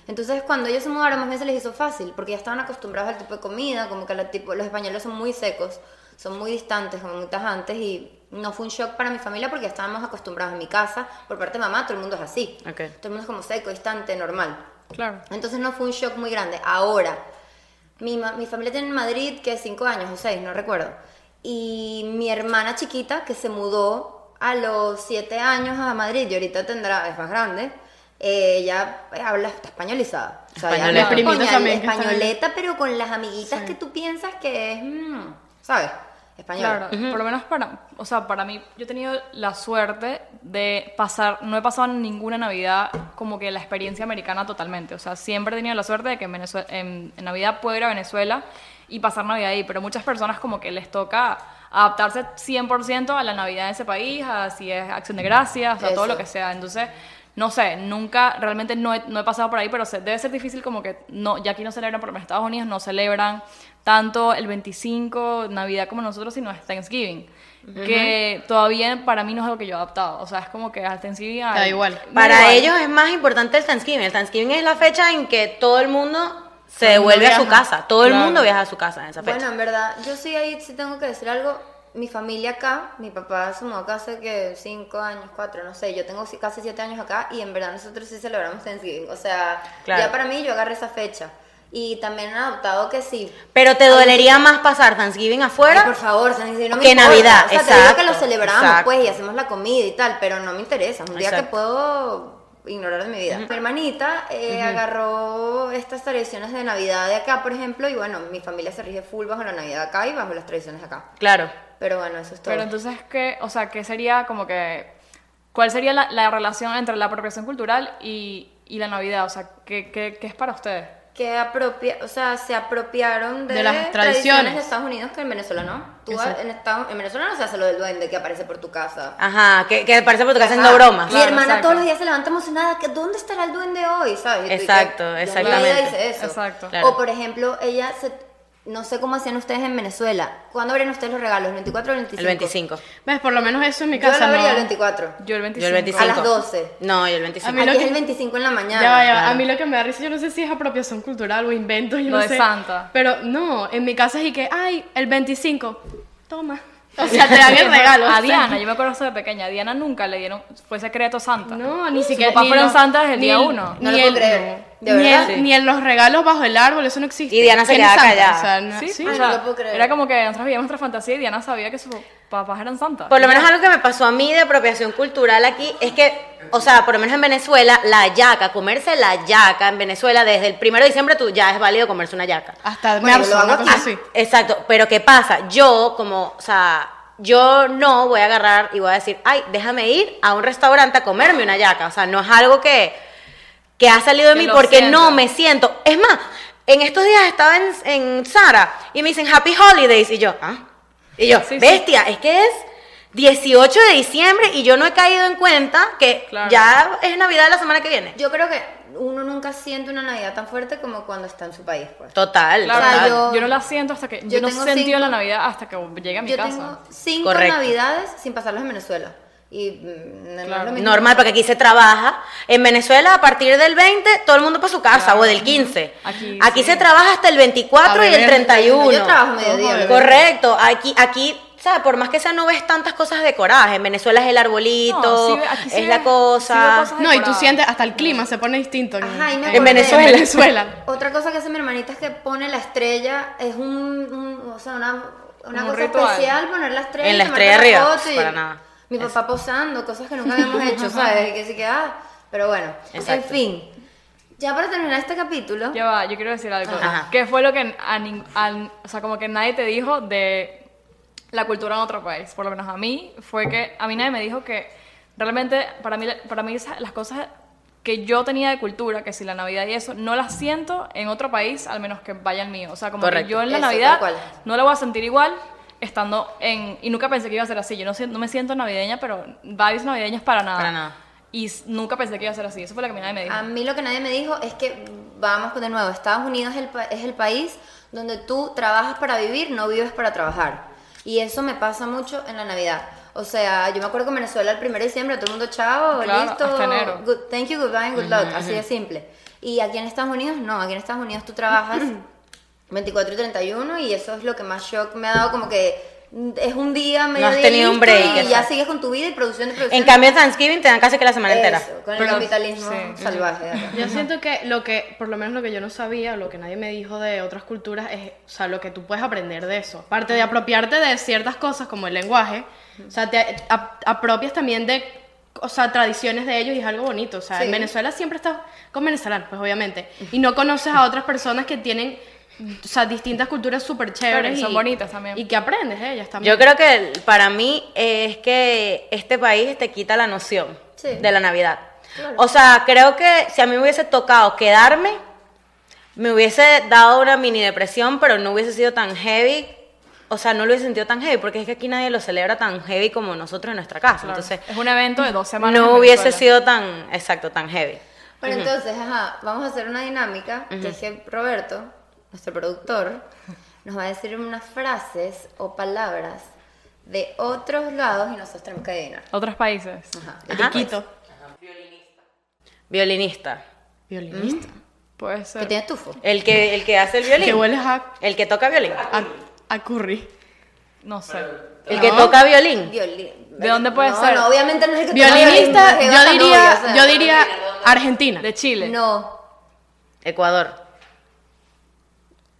[SPEAKER 3] Entonces, cuando ellos se mudaron, más bien se les hizo fácil, porque ya estaban acostumbrados al tipo de comida, como que la tipo, los españoles son muy secos, son muy distantes, como muy tajantes, y no fue un shock para mi familia porque ya estábamos acostumbrados en mi casa. Por parte de mamá, todo el mundo es así.
[SPEAKER 1] Ok.
[SPEAKER 3] Todo el mundo es como seco, distante, normal.
[SPEAKER 4] Claro.
[SPEAKER 3] Entonces no fue un shock muy grande. Ahora, mi, ma- mi familia tiene en Madrid que cinco años o seis, no recuerdo. Y mi hermana chiquita que se mudó a los siete años a Madrid y ahorita tendrá, es más grande, eh, ella habla está españolizada. O sea, ella
[SPEAKER 1] Españoleta.
[SPEAKER 3] habla
[SPEAKER 2] Primitos
[SPEAKER 3] español-
[SPEAKER 2] también que están-
[SPEAKER 3] españoleta, pero con las amiguitas que tú piensas que es, mm, ¿sabes? española.
[SPEAKER 4] Claro, por lo menos para, o sea, para mí, yo he tenido la suerte de pasar, no he pasado ninguna Navidad como que la experiencia americana totalmente. O sea, siempre he tenido la suerte de que en, Venezue- en- en Navidad puedo ir a Venezuela y pasar Navidad ahí, pero muchas personas como que les toca adaptarse 100% a la Navidad de ese país, a si es acción de gracias, a todo
[SPEAKER 3] Eso.
[SPEAKER 4] lo que sea. Entonces, no sé, nunca, realmente no he, no he pasado por ahí, pero se- debe ser difícil como que, no, ya aquí no celebran, por lo menos en Estados Unidos no celebran tanto el 25, Navidad como nosotros, sino es Thanksgiving. Que todavía para mí no es algo que yo he adaptado. O sea, es como que al Thanksgiving...
[SPEAKER 2] Da
[SPEAKER 4] al-
[SPEAKER 2] igual.
[SPEAKER 4] me da
[SPEAKER 1] Para
[SPEAKER 4] igual.
[SPEAKER 1] ellos es más importante el Thanksgiving. El Thanksgiving es la fecha en que todo el mundo se devuelve a su
[SPEAKER 2] viaja.
[SPEAKER 1] casa. Todo el
[SPEAKER 4] Claro.
[SPEAKER 1] mundo viaja a su casa en esa fecha.
[SPEAKER 3] Bueno, en verdad, yo sí ahí sí tengo que decir algo. Mi familia acá, mi papá se mudó acá hace que cinco años, cuatro, no sé. Yo tengo si- casi siete años acá y en verdad nosotros sí celebramos Thanksgiving. O sea,
[SPEAKER 1] Claro.
[SPEAKER 3] ya para mí yo agarré esa fecha. Y también han adoptado que sí.
[SPEAKER 1] Pero te dolería más pasar Thanksgiving afuera.
[SPEAKER 3] Ay, por favor, Thanksgiving no me
[SPEAKER 1] que
[SPEAKER 3] importa.
[SPEAKER 1] Navidad,
[SPEAKER 3] O sea, te digo que
[SPEAKER 1] exacto,
[SPEAKER 3] lo celebramos,
[SPEAKER 1] exacto.
[SPEAKER 3] pues, y hacemos la comida y tal, pero no me interesa. Es un día que
[SPEAKER 1] Exacto.
[SPEAKER 3] puedo ignorar de mi vida. Mi hermanita eh, agarró estas tradiciones de Navidad de acá, por ejemplo, y bueno, mi familia se rige full bajo la Navidad acá y bajo las tradiciones de acá.
[SPEAKER 1] Claro.
[SPEAKER 3] Pero bueno, eso es todo.
[SPEAKER 4] Pero entonces, ¿qué, o sea, ¿qué sería como que... ¿Cuál sería la, la relación entre la apropiación cultural y, y la Navidad? O sea, ¿qué, qué, qué es para ustedes?
[SPEAKER 3] que apropia, o sea, se apropiaron de,
[SPEAKER 2] De las tradiciones.
[SPEAKER 3] de Estados Unidos que en Venezuela no. Tú a- en, Estados, en Venezuela no se hace lo del duende que aparece por tu casa.
[SPEAKER 1] Ajá, que, que parece porque estás
[SPEAKER 3] Ah,
[SPEAKER 1] haciendo bromas.
[SPEAKER 3] Mi
[SPEAKER 4] Claro,
[SPEAKER 3] hermana
[SPEAKER 4] exacto.
[SPEAKER 3] todos los días se levanta emocionada, que ¿dónde estará el duende hoy? ¿Sabes? Y tú dices,
[SPEAKER 1] Exacto,
[SPEAKER 3] "Yo en mi
[SPEAKER 1] exactamente.
[SPEAKER 3] vida hice eso".
[SPEAKER 4] Exacto.
[SPEAKER 1] Claro.
[SPEAKER 3] O por ejemplo, ella se no sé cómo hacían ustedes en Venezuela. ¿Cuándo abrían ustedes los regalos? ¿El 24 o el 25?
[SPEAKER 1] El 25.
[SPEAKER 2] ¿Ves? Por lo menos eso en mi
[SPEAKER 3] Yo lo
[SPEAKER 2] casa
[SPEAKER 3] abría el
[SPEAKER 2] no.
[SPEAKER 3] 24.
[SPEAKER 4] Yo el 25.
[SPEAKER 1] Yo el 25.
[SPEAKER 3] A las 12.
[SPEAKER 1] No, yo el 25.
[SPEAKER 2] A mí
[SPEAKER 3] Aquí
[SPEAKER 2] lo
[SPEAKER 3] es
[SPEAKER 2] que-
[SPEAKER 3] el 25 en la mañana.
[SPEAKER 2] Ya va, ya va.
[SPEAKER 1] claro.
[SPEAKER 2] A mí lo que me da risa, yo no sé si es apropiación cultural o invento, yo
[SPEAKER 4] Lo
[SPEAKER 2] no
[SPEAKER 4] de
[SPEAKER 2] sé.
[SPEAKER 4] Santa.
[SPEAKER 2] Pero no, en mi casa es y que, ay, el 25, toma. O sea, te dan el regalo.
[SPEAKER 4] A
[SPEAKER 2] o sea,
[SPEAKER 4] Diana, yo me acuerdo eso de pequeña. A Diana nunca le dieron. Fue secreto santa.
[SPEAKER 2] No, ni
[SPEAKER 4] Sus
[SPEAKER 2] siquiera.
[SPEAKER 4] papás
[SPEAKER 2] ni
[SPEAKER 4] fueron
[SPEAKER 2] lo-
[SPEAKER 4] santas desde el
[SPEAKER 2] ni
[SPEAKER 4] día
[SPEAKER 2] el-
[SPEAKER 4] uno.
[SPEAKER 2] ni
[SPEAKER 3] No lo puedo
[SPEAKER 2] el-
[SPEAKER 3] creer. ¿De
[SPEAKER 2] ni,
[SPEAKER 3] verdad?
[SPEAKER 2] el- ni en los regalos bajo el árbol, eso no existe.
[SPEAKER 1] Y Diana se
[SPEAKER 2] ¿Quién es
[SPEAKER 1] quedaba
[SPEAKER 2] Santa?
[SPEAKER 1] callada.
[SPEAKER 2] O sea, no-
[SPEAKER 4] Sí, Ah.
[SPEAKER 2] sí.
[SPEAKER 4] o
[SPEAKER 3] Ay,
[SPEAKER 4] sea,
[SPEAKER 3] Ah, no lo puedo creer.
[SPEAKER 4] Era como que nosotros vivíamos nuestra fantasía y Diana sabía que sus papás eran santas.
[SPEAKER 1] Por lo menos algo que me pasó a mí de apropiación cultural aquí es que, o sea, por lo menos en Venezuela, la yaca, comerse la yaca en Venezuela desde el 1 de diciembre tú ya es válido comerse una yaca.
[SPEAKER 2] Hasta
[SPEAKER 3] Bueno,
[SPEAKER 2] marzo,
[SPEAKER 3] lo hago
[SPEAKER 2] una cosa
[SPEAKER 3] aquí.
[SPEAKER 2] así.
[SPEAKER 1] Ah, Exacto, pero ¿qué pasa? Yo como, o sea, yo no voy a agarrar y voy a decir, ay, déjame ir a un restaurante a comerme una yaca. O sea, no es algo que, que ha salido de
[SPEAKER 4] Que
[SPEAKER 1] mí
[SPEAKER 4] lo
[SPEAKER 1] porque no
[SPEAKER 4] sienta.
[SPEAKER 1] me siento. Es más, en estos días estaba en, en Sara y me dicen Happy Holidays y yo, ah. Y yo,
[SPEAKER 4] Sí, sí.
[SPEAKER 1] bestia, es que es 18 de diciembre y yo no he caído en cuenta que
[SPEAKER 4] Claro.
[SPEAKER 1] ya es Navidad la semana que viene.
[SPEAKER 3] Yo creo que uno nunca siente una Navidad tan fuerte como cuando está en su país, pues.
[SPEAKER 1] Total,
[SPEAKER 4] Claro,
[SPEAKER 3] O sea,
[SPEAKER 1] total.
[SPEAKER 4] yo,
[SPEAKER 3] yo-
[SPEAKER 4] no la siento hasta que. Yo,
[SPEAKER 3] yo
[SPEAKER 4] no
[SPEAKER 3] tengo
[SPEAKER 4] sentí
[SPEAKER 3] cinco-
[SPEAKER 4] la Navidad hasta que llegué a mi
[SPEAKER 3] Yo
[SPEAKER 4] casa.
[SPEAKER 3] tengo cinco
[SPEAKER 1] Correcto.
[SPEAKER 3] navidades sin pasarlas en Venezuela. Y mm, no es
[SPEAKER 4] Claro.
[SPEAKER 3] lo mismo.
[SPEAKER 1] Normal, pues, porque aquí se trabaja. En Venezuela, a partir del 20, todo el mundo para su casa, o del 15.
[SPEAKER 4] Aquí,
[SPEAKER 1] Aquí,
[SPEAKER 4] sí.
[SPEAKER 1] se trabaja hasta el 24
[SPEAKER 2] A
[SPEAKER 1] y el
[SPEAKER 2] beber.
[SPEAKER 1] 31.
[SPEAKER 3] Yo trabajo mediodía. bebé.
[SPEAKER 1] Correcto. Aquí, aquí ¿sabes? Por más que sea, no ves tantas cosas decoradas. En Venezuela es el arbolito,
[SPEAKER 4] No, sí ve- aquí sí
[SPEAKER 1] es la
[SPEAKER 4] ves- sí ve
[SPEAKER 1] cosa.
[SPEAKER 2] No,
[SPEAKER 4] cosas
[SPEAKER 2] y tú
[SPEAKER 4] decoradas.
[SPEAKER 2] sientes, hasta el clima se pone distinto. aquí.
[SPEAKER 3] Ajá, y me
[SPEAKER 1] En
[SPEAKER 3] acordé.
[SPEAKER 1] Venezuela.
[SPEAKER 2] En Venezuela.
[SPEAKER 3] Otra cosa que hace mi hermanita es que pone la estrella, es un, un- o sea, una, una
[SPEAKER 4] un
[SPEAKER 3] cosa
[SPEAKER 4] ritual.
[SPEAKER 3] especial poner la estrella.
[SPEAKER 1] En
[SPEAKER 3] y
[SPEAKER 1] la
[SPEAKER 3] tomarte
[SPEAKER 1] estrella
[SPEAKER 3] la
[SPEAKER 1] arriba,
[SPEAKER 3] foto y
[SPEAKER 1] para nada.
[SPEAKER 3] Mi papá posando, cosas que nunca habíamos hecho, ¿sabes? Y que sí que, ah, pero bueno,
[SPEAKER 1] Exacto.
[SPEAKER 3] en fin. Ya para terminar este capítulo,
[SPEAKER 4] Ya va, yo quiero decir algo.
[SPEAKER 1] Ajá.
[SPEAKER 4] ¿Qué fue lo que, a nin- al- o sea, como que nadie te dijo de la cultura en otro país? Por lo menos a mí fue que a mí nadie me dijo que realmente para mí, para mí esas- las cosas que yo tenía de cultura, que si la Navidad y eso, no las siento en otro país, al menos que vaya al mío. O sea, como
[SPEAKER 1] Correcto.
[SPEAKER 4] que yo en la
[SPEAKER 3] Eso, tal
[SPEAKER 4] Navidad
[SPEAKER 3] cual.
[SPEAKER 4] no la voy a sentir igual estando en... Y nunca pensé que iba a ser así. Yo no, sien- no me siento navideña, pero vibes navideñas para nada.
[SPEAKER 1] Para nada.
[SPEAKER 4] Y s- nunca pensé que iba a ser así. Eso fue lo que a mí nadie me dijo.
[SPEAKER 3] a mí lo que nadie me dijo es que, vamos de nuevo, Estados Unidos es el, pa- es el país donde tú trabajas para vivir, no vives para trabajar. Y eso me pasa mucho en la Navidad. O sea, yo me acuerdo que en Venezuela el 1 de diciembre todo el mundo chao,
[SPEAKER 4] Claro,
[SPEAKER 3] listo,
[SPEAKER 4] hasta enero.
[SPEAKER 3] good- thank you, goodbye, and good luck, así de simple. Y aquí en Estados Unidos no, aquí en Estados Unidos tú trabajas 24 y 31 y eso es lo que más shock me ha dado, como que mm, es un día, medio día
[SPEAKER 1] tenido un break,
[SPEAKER 3] y ya
[SPEAKER 1] exacto.
[SPEAKER 3] sigues con tu vida y producción de producción.
[SPEAKER 1] En cambio, en Thanksgiving te dan casi que la semana entera.
[SPEAKER 3] Eso, con el
[SPEAKER 4] Pero-
[SPEAKER 3] capitalismo
[SPEAKER 4] sí.
[SPEAKER 3] salvaje. de acá.
[SPEAKER 2] Yo siento que lo que, por lo menos lo que yo no sabía, o lo que nadie me dijo de otras culturas, es, o sea, lo que tú puedes aprender de eso. Aparte de apropiarte de ciertas cosas como el lenguaje, o sea, te a- apropias también de, o sea, tradiciones de ellos y es algo bonito. O sea,
[SPEAKER 3] Sí.
[SPEAKER 2] en Venezuela siempre estás con venezolanos, pues obviamente. Y no conoces a otras personas que tienen o sea, distintas culturas súper chéveres.
[SPEAKER 4] Claro, y son
[SPEAKER 2] y-
[SPEAKER 4] bonitas también.
[SPEAKER 2] Y que aprendes de ellas también.
[SPEAKER 1] Yo creo que el- para mí eh, es que este país te quita la noción
[SPEAKER 3] Sí.
[SPEAKER 1] de la Navidad. O sea, creo que si a mí me hubiese tocado quedarme, me hubiese dado una mini depresión, pero no hubiese sido tan heavy. O sea, no lo hubiese sentido tan heavy, porque es que aquí nadie lo celebra tan heavy como nosotros en nuestra casa.
[SPEAKER 4] Claro.
[SPEAKER 1] Entonces,
[SPEAKER 4] es un evento de dos semanas.
[SPEAKER 1] no
[SPEAKER 4] en
[SPEAKER 1] hubiese
[SPEAKER 4] Venezuela.
[SPEAKER 1] sido tan, exacto, tan heavy.
[SPEAKER 3] Bueno, entonces, ajá, vamos a hacer una dinámica, que es que Roberto, nuestro productor, nos va a decir unas frases o palabras de otros lados y nosotros tenemos que adivinar.
[SPEAKER 4] Otros países.
[SPEAKER 3] Ajá.
[SPEAKER 1] Ajá. Violinista.
[SPEAKER 2] Violinista.
[SPEAKER 4] Puede
[SPEAKER 3] Que
[SPEAKER 4] ser.
[SPEAKER 3] tiene tufo.
[SPEAKER 1] El que, el que hace el violín.
[SPEAKER 2] Que hueles a,
[SPEAKER 1] El que toca violín.
[SPEAKER 2] a, a curry.
[SPEAKER 4] No sé.
[SPEAKER 1] El que toca violín.
[SPEAKER 3] Violín.
[SPEAKER 4] ¿De dónde puede
[SPEAKER 3] no,
[SPEAKER 4] ser?
[SPEAKER 3] No, obviamente no es el que toca
[SPEAKER 2] Violinista,
[SPEAKER 3] violín,
[SPEAKER 2] yo
[SPEAKER 3] Jeva Sanabria, o
[SPEAKER 2] diría,
[SPEAKER 3] sea.
[SPEAKER 2] yo diría Argentina.
[SPEAKER 4] De Chile.
[SPEAKER 3] No,
[SPEAKER 1] Ecuador.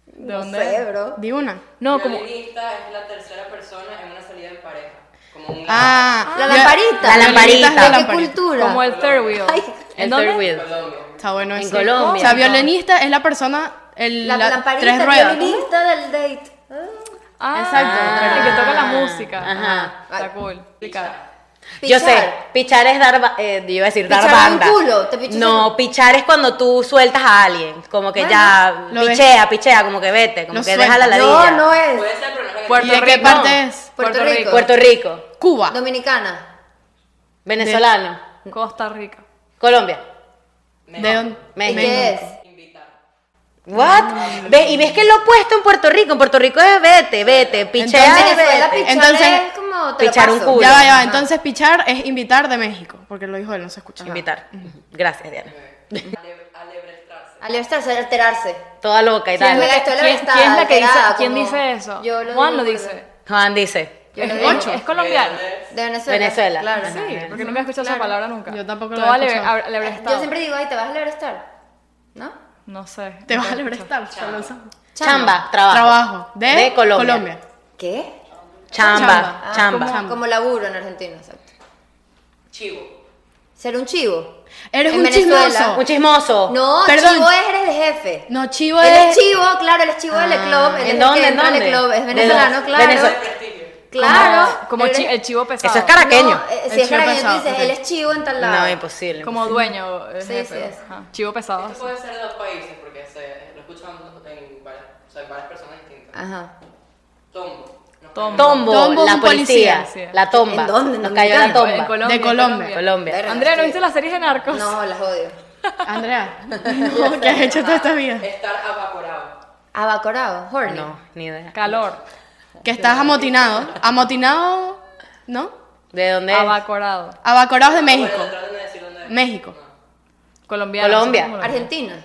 [SPEAKER 4] ¿De
[SPEAKER 3] no
[SPEAKER 4] dónde?
[SPEAKER 3] sé, bro.
[SPEAKER 2] Di una.
[SPEAKER 4] No, como.
[SPEAKER 7] Violinista es la tercera persona en una salida en pareja. Como un
[SPEAKER 2] Ah,
[SPEAKER 3] La
[SPEAKER 2] yo-
[SPEAKER 3] lamparita.
[SPEAKER 1] La lamparita.
[SPEAKER 3] ¿De qué
[SPEAKER 2] La lamparita.
[SPEAKER 3] cultura?
[SPEAKER 4] Como el third wheel.
[SPEAKER 3] Ay,
[SPEAKER 4] ¿En
[SPEAKER 1] El
[SPEAKER 4] dónde?
[SPEAKER 1] third wheel.
[SPEAKER 2] Está bueno
[SPEAKER 1] En
[SPEAKER 2] ese.
[SPEAKER 1] Colombia.
[SPEAKER 2] O sea, violinista es la persona, el,
[SPEAKER 3] la,
[SPEAKER 2] la-
[SPEAKER 3] lamparita,
[SPEAKER 2] tres ruedas.
[SPEAKER 3] violinista del date. Ah,
[SPEAKER 4] Ah,
[SPEAKER 2] Exacto.
[SPEAKER 4] El que toca la música.
[SPEAKER 1] Ajá.
[SPEAKER 4] Está cool. Explicar.
[SPEAKER 1] Yo sé,
[SPEAKER 3] pichar.
[SPEAKER 1] pichar es dar, ba- eh, yo iba a decir dar
[SPEAKER 3] Pichar un
[SPEAKER 1] banda.
[SPEAKER 3] culo, te pichas
[SPEAKER 1] no,
[SPEAKER 3] un-
[SPEAKER 1] pichar es cuando tú sueltas a alguien, como que
[SPEAKER 3] Bueno,
[SPEAKER 1] ya
[SPEAKER 2] lo ves.
[SPEAKER 1] pichea, pichea, como que vete, como
[SPEAKER 2] Lo
[SPEAKER 1] que
[SPEAKER 2] suelta.
[SPEAKER 1] deja la ladilla.
[SPEAKER 3] No, no es.
[SPEAKER 7] Puede ser, pero no es
[SPEAKER 4] Puerto
[SPEAKER 2] ¿Y de
[SPEAKER 4] Rico.
[SPEAKER 2] qué parte es?
[SPEAKER 3] Puerto
[SPEAKER 4] Puerto
[SPEAKER 3] Rico.
[SPEAKER 4] Rico.
[SPEAKER 1] Puerto Rico,
[SPEAKER 2] Cuba.
[SPEAKER 3] Dominicana.
[SPEAKER 1] venezolano,
[SPEAKER 4] Costa Rica.
[SPEAKER 1] Colombia,
[SPEAKER 2] ¿De dónde?
[SPEAKER 3] ¿Y
[SPEAKER 1] México.
[SPEAKER 3] qué es?
[SPEAKER 1] What? Ve, y ves que es lo opuesto en Puerto Rico, en Puerto Rico es vete, vete, pichea,
[SPEAKER 3] Entonces, Venezuela,
[SPEAKER 1] vete.
[SPEAKER 3] pichar
[SPEAKER 2] Entonces,
[SPEAKER 3] es como te lo
[SPEAKER 1] pichar un
[SPEAKER 3] paso.
[SPEAKER 1] culo.
[SPEAKER 2] Ya va, ya va.
[SPEAKER 3] Ajá.
[SPEAKER 2] Entonces, pichar es invitar de México. Porque lo dijo él, no se escucha.
[SPEAKER 1] Eh, Invitar. Gracias, Diana.
[SPEAKER 3] Alebrarse, alterarse.
[SPEAKER 1] Toda loca y
[SPEAKER 3] ¿Quién
[SPEAKER 1] tal.
[SPEAKER 3] es la que,
[SPEAKER 4] ¿Quién, quién es la que dice, quién dice eso?
[SPEAKER 3] Yo lo
[SPEAKER 4] Juan lo
[SPEAKER 3] digo
[SPEAKER 4] dice.
[SPEAKER 1] Juan dice,
[SPEAKER 3] Yo
[SPEAKER 4] es,
[SPEAKER 3] lo digo.
[SPEAKER 4] es- es colombiano.
[SPEAKER 3] De Venezuela.
[SPEAKER 1] Venezuela.
[SPEAKER 3] Claro.
[SPEAKER 1] Ajá.
[SPEAKER 4] Sí, porque no me he escuchado esa palabra nunca.
[SPEAKER 2] Yo tampoco
[SPEAKER 4] Todo
[SPEAKER 2] la había
[SPEAKER 4] ale-
[SPEAKER 2] escuchado.
[SPEAKER 4] ale- ale-
[SPEAKER 3] Yo
[SPEAKER 4] estado.
[SPEAKER 3] siempre digo, ay, te vas a lebrestar. ¿No?
[SPEAKER 4] No sé.
[SPEAKER 2] Te vas a libertar. solo eso.
[SPEAKER 1] chamba, trabajo.
[SPEAKER 2] Trabajo. De,
[SPEAKER 1] Colombia.
[SPEAKER 3] ¿Qué?
[SPEAKER 1] Chamba,
[SPEAKER 4] Ah,
[SPEAKER 3] Ah,
[SPEAKER 2] Chamba.
[SPEAKER 1] chamba.
[SPEAKER 3] Como, como laburo en Argentina, exacto.
[SPEAKER 7] Chivo.
[SPEAKER 3] Ser un chivo.
[SPEAKER 2] Eres
[SPEAKER 3] En
[SPEAKER 2] un
[SPEAKER 3] Venezuela.
[SPEAKER 2] chismoso.
[SPEAKER 1] Un
[SPEAKER 4] Oh.
[SPEAKER 1] chismoso.
[SPEAKER 3] No,
[SPEAKER 2] Perdón.
[SPEAKER 3] chivo es, eres el jefe.
[SPEAKER 2] No, chivo
[SPEAKER 3] Él es
[SPEAKER 2] es.
[SPEAKER 3] chivo, claro, él es chivo del
[SPEAKER 4] Ah,
[SPEAKER 3] club. él
[SPEAKER 1] ¿En
[SPEAKER 3] es
[SPEAKER 1] dónde, en
[SPEAKER 3] el que entra al
[SPEAKER 1] dónde?
[SPEAKER 3] club. Es
[SPEAKER 1] ¿De
[SPEAKER 3] venezolano,
[SPEAKER 1] dónde?
[SPEAKER 3] claro.
[SPEAKER 1] Venezol-
[SPEAKER 3] Claro.
[SPEAKER 4] Como, como
[SPEAKER 3] Él
[SPEAKER 4] chi-
[SPEAKER 3] es-
[SPEAKER 4] el chivo pesado.
[SPEAKER 1] Eso es cara- caraqueño.
[SPEAKER 3] No, eh,
[SPEAKER 2] El
[SPEAKER 3] si es
[SPEAKER 2] chivo
[SPEAKER 3] caraqueño, tú
[SPEAKER 2] pesado,
[SPEAKER 3] dices,
[SPEAKER 2] ok.
[SPEAKER 3] él es chivo en tal lado.
[SPEAKER 1] No, imposible.
[SPEAKER 4] Como dueño. eh,
[SPEAKER 3] Sí,
[SPEAKER 4] jefe.
[SPEAKER 3] sí, es.
[SPEAKER 4] Ajá. Chivo
[SPEAKER 3] Ah,
[SPEAKER 4] pesado.
[SPEAKER 7] Esto puede ser de dos países porque se, lo escuchan en varias, o sea, en varias personas distintas.
[SPEAKER 3] Ajá.
[SPEAKER 7] Tombo. No.
[SPEAKER 4] Tombo.
[SPEAKER 1] Tombo,
[SPEAKER 2] Tombo,
[SPEAKER 1] la
[SPEAKER 2] un
[SPEAKER 1] policía,
[SPEAKER 2] policía.
[SPEAKER 1] la tomba.
[SPEAKER 3] ¿En dónde? ¿En
[SPEAKER 1] Nos cayó la
[SPEAKER 3] Dominicana?
[SPEAKER 1] tomba.
[SPEAKER 4] En Colombia.
[SPEAKER 2] De Colombia.
[SPEAKER 1] Colombia.
[SPEAKER 4] Andrea, ¿no viste las series de narcos?
[SPEAKER 3] No, las odio.
[SPEAKER 2] Andrea. no, ¿Qué has hecho toda esta vida?
[SPEAKER 7] Estar evaporado.
[SPEAKER 3] Abacorado, horny.
[SPEAKER 1] No, ni idea.
[SPEAKER 4] Calor.
[SPEAKER 2] Que estás amotinado. Amotinado. ¿No?
[SPEAKER 1] ¿De dónde es?
[SPEAKER 4] Abacorado.
[SPEAKER 2] Abacorados de México.
[SPEAKER 7] Traten de decir dónde es.
[SPEAKER 2] México.
[SPEAKER 4] Colombiano.
[SPEAKER 1] Colombia.
[SPEAKER 4] somos colombianos.
[SPEAKER 3] Argentina.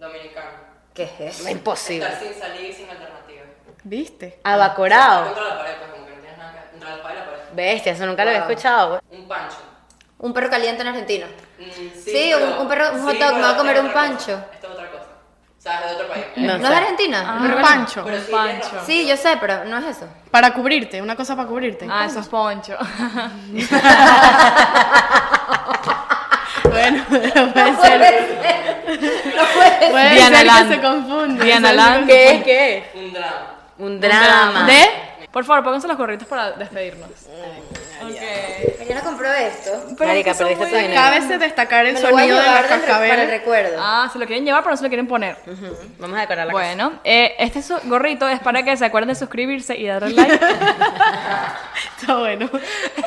[SPEAKER 7] Dominicano.
[SPEAKER 3] ¿Qué es eso?
[SPEAKER 1] Imposible.
[SPEAKER 7] Estar sin salir y sin alternativa.
[SPEAKER 2] ¿Viste?
[SPEAKER 1] Abacorado.
[SPEAKER 7] Contra la pared, pues como que no tienes nada que... Contra la pared, la pared.
[SPEAKER 1] Bestia, eso nunca lo había escuchado. güey.
[SPEAKER 7] Un pancho.
[SPEAKER 3] Un perro caliente en Argentina.
[SPEAKER 7] Mm,
[SPEAKER 3] Sí, un- un perro- un hot dog,
[SPEAKER 7] pero
[SPEAKER 3] me va a comer
[SPEAKER 7] esto
[SPEAKER 3] un
[SPEAKER 7] es otra
[SPEAKER 3] pancho.
[SPEAKER 7] cosa, Esto es otra cosa. O sea, es de otro país.
[SPEAKER 1] No,
[SPEAKER 3] ¿No
[SPEAKER 1] sé.
[SPEAKER 3] es Argentina?
[SPEAKER 2] Un pancho.
[SPEAKER 7] Pero sí,
[SPEAKER 4] Ah. Pancho.
[SPEAKER 7] tienes razón.
[SPEAKER 3] Sí, yo sé, pero no es eso.
[SPEAKER 2] Para cubrirte. Una cosa para cubrirte.
[SPEAKER 4] Ah, eso es poncho.
[SPEAKER 2] Bueno, puede
[SPEAKER 3] No puede
[SPEAKER 2] ser.
[SPEAKER 3] ser. No puede ser.
[SPEAKER 2] Puede
[SPEAKER 4] Diana
[SPEAKER 2] ser
[SPEAKER 4] Land.
[SPEAKER 2] que se confunde.
[SPEAKER 4] Diana
[SPEAKER 2] Puede ser
[SPEAKER 4] Land.
[SPEAKER 2] que se
[SPEAKER 1] ¿Qué es? ¿Qué es?
[SPEAKER 7] Un drama.
[SPEAKER 1] Un drama.
[SPEAKER 4] ¿De? Por favor, pónganse los gorritos para despedirnos. Ok.
[SPEAKER 3] Mariana compró esto.
[SPEAKER 1] Marica,
[SPEAKER 4] es que son
[SPEAKER 1] perdiste
[SPEAKER 4] muy-
[SPEAKER 1] tu dinero.
[SPEAKER 2] Cabe de destacar el
[SPEAKER 3] Me lo voy a
[SPEAKER 2] sonido de
[SPEAKER 3] llevar
[SPEAKER 2] la
[SPEAKER 3] del re- para el
[SPEAKER 2] cascabel.
[SPEAKER 3] recuerdo.
[SPEAKER 4] Ah, se lo quieren llevar, pero no se lo quieren poner.
[SPEAKER 1] Vamos a decorar la casa.
[SPEAKER 4] Bueno, eh, este su- gorrito es para que se acuerden de suscribirse y darle like.
[SPEAKER 2] Está bueno.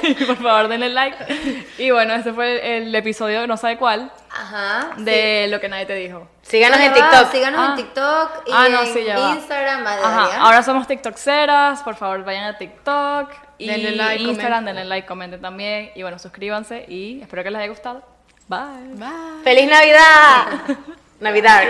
[SPEAKER 4] Y Por favor, denle like. Y bueno, este fue el, el episodio de no sabe cuál
[SPEAKER 3] Ajá.
[SPEAKER 4] de lo que nadie te dijo.
[SPEAKER 1] Síganos en
[SPEAKER 3] Ya va,
[SPEAKER 1] TikTok.
[SPEAKER 3] Síganos en
[SPEAKER 4] Ah.
[SPEAKER 3] TikTok y
[SPEAKER 4] Ah, no,
[SPEAKER 3] en
[SPEAKER 4] sí, ya va.
[SPEAKER 3] Instagram. Madre
[SPEAKER 4] Ajá, ahora somos TikTokceras, por favor, vayan a TikTok y
[SPEAKER 2] Denle like,
[SPEAKER 4] Instagram,
[SPEAKER 2] comenten.
[SPEAKER 4] denle like, comenten también y bueno, suscríbanse y espero que les haya gustado. Bye.
[SPEAKER 2] Bye.
[SPEAKER 1] ¡Feliz Navidad! Navidad.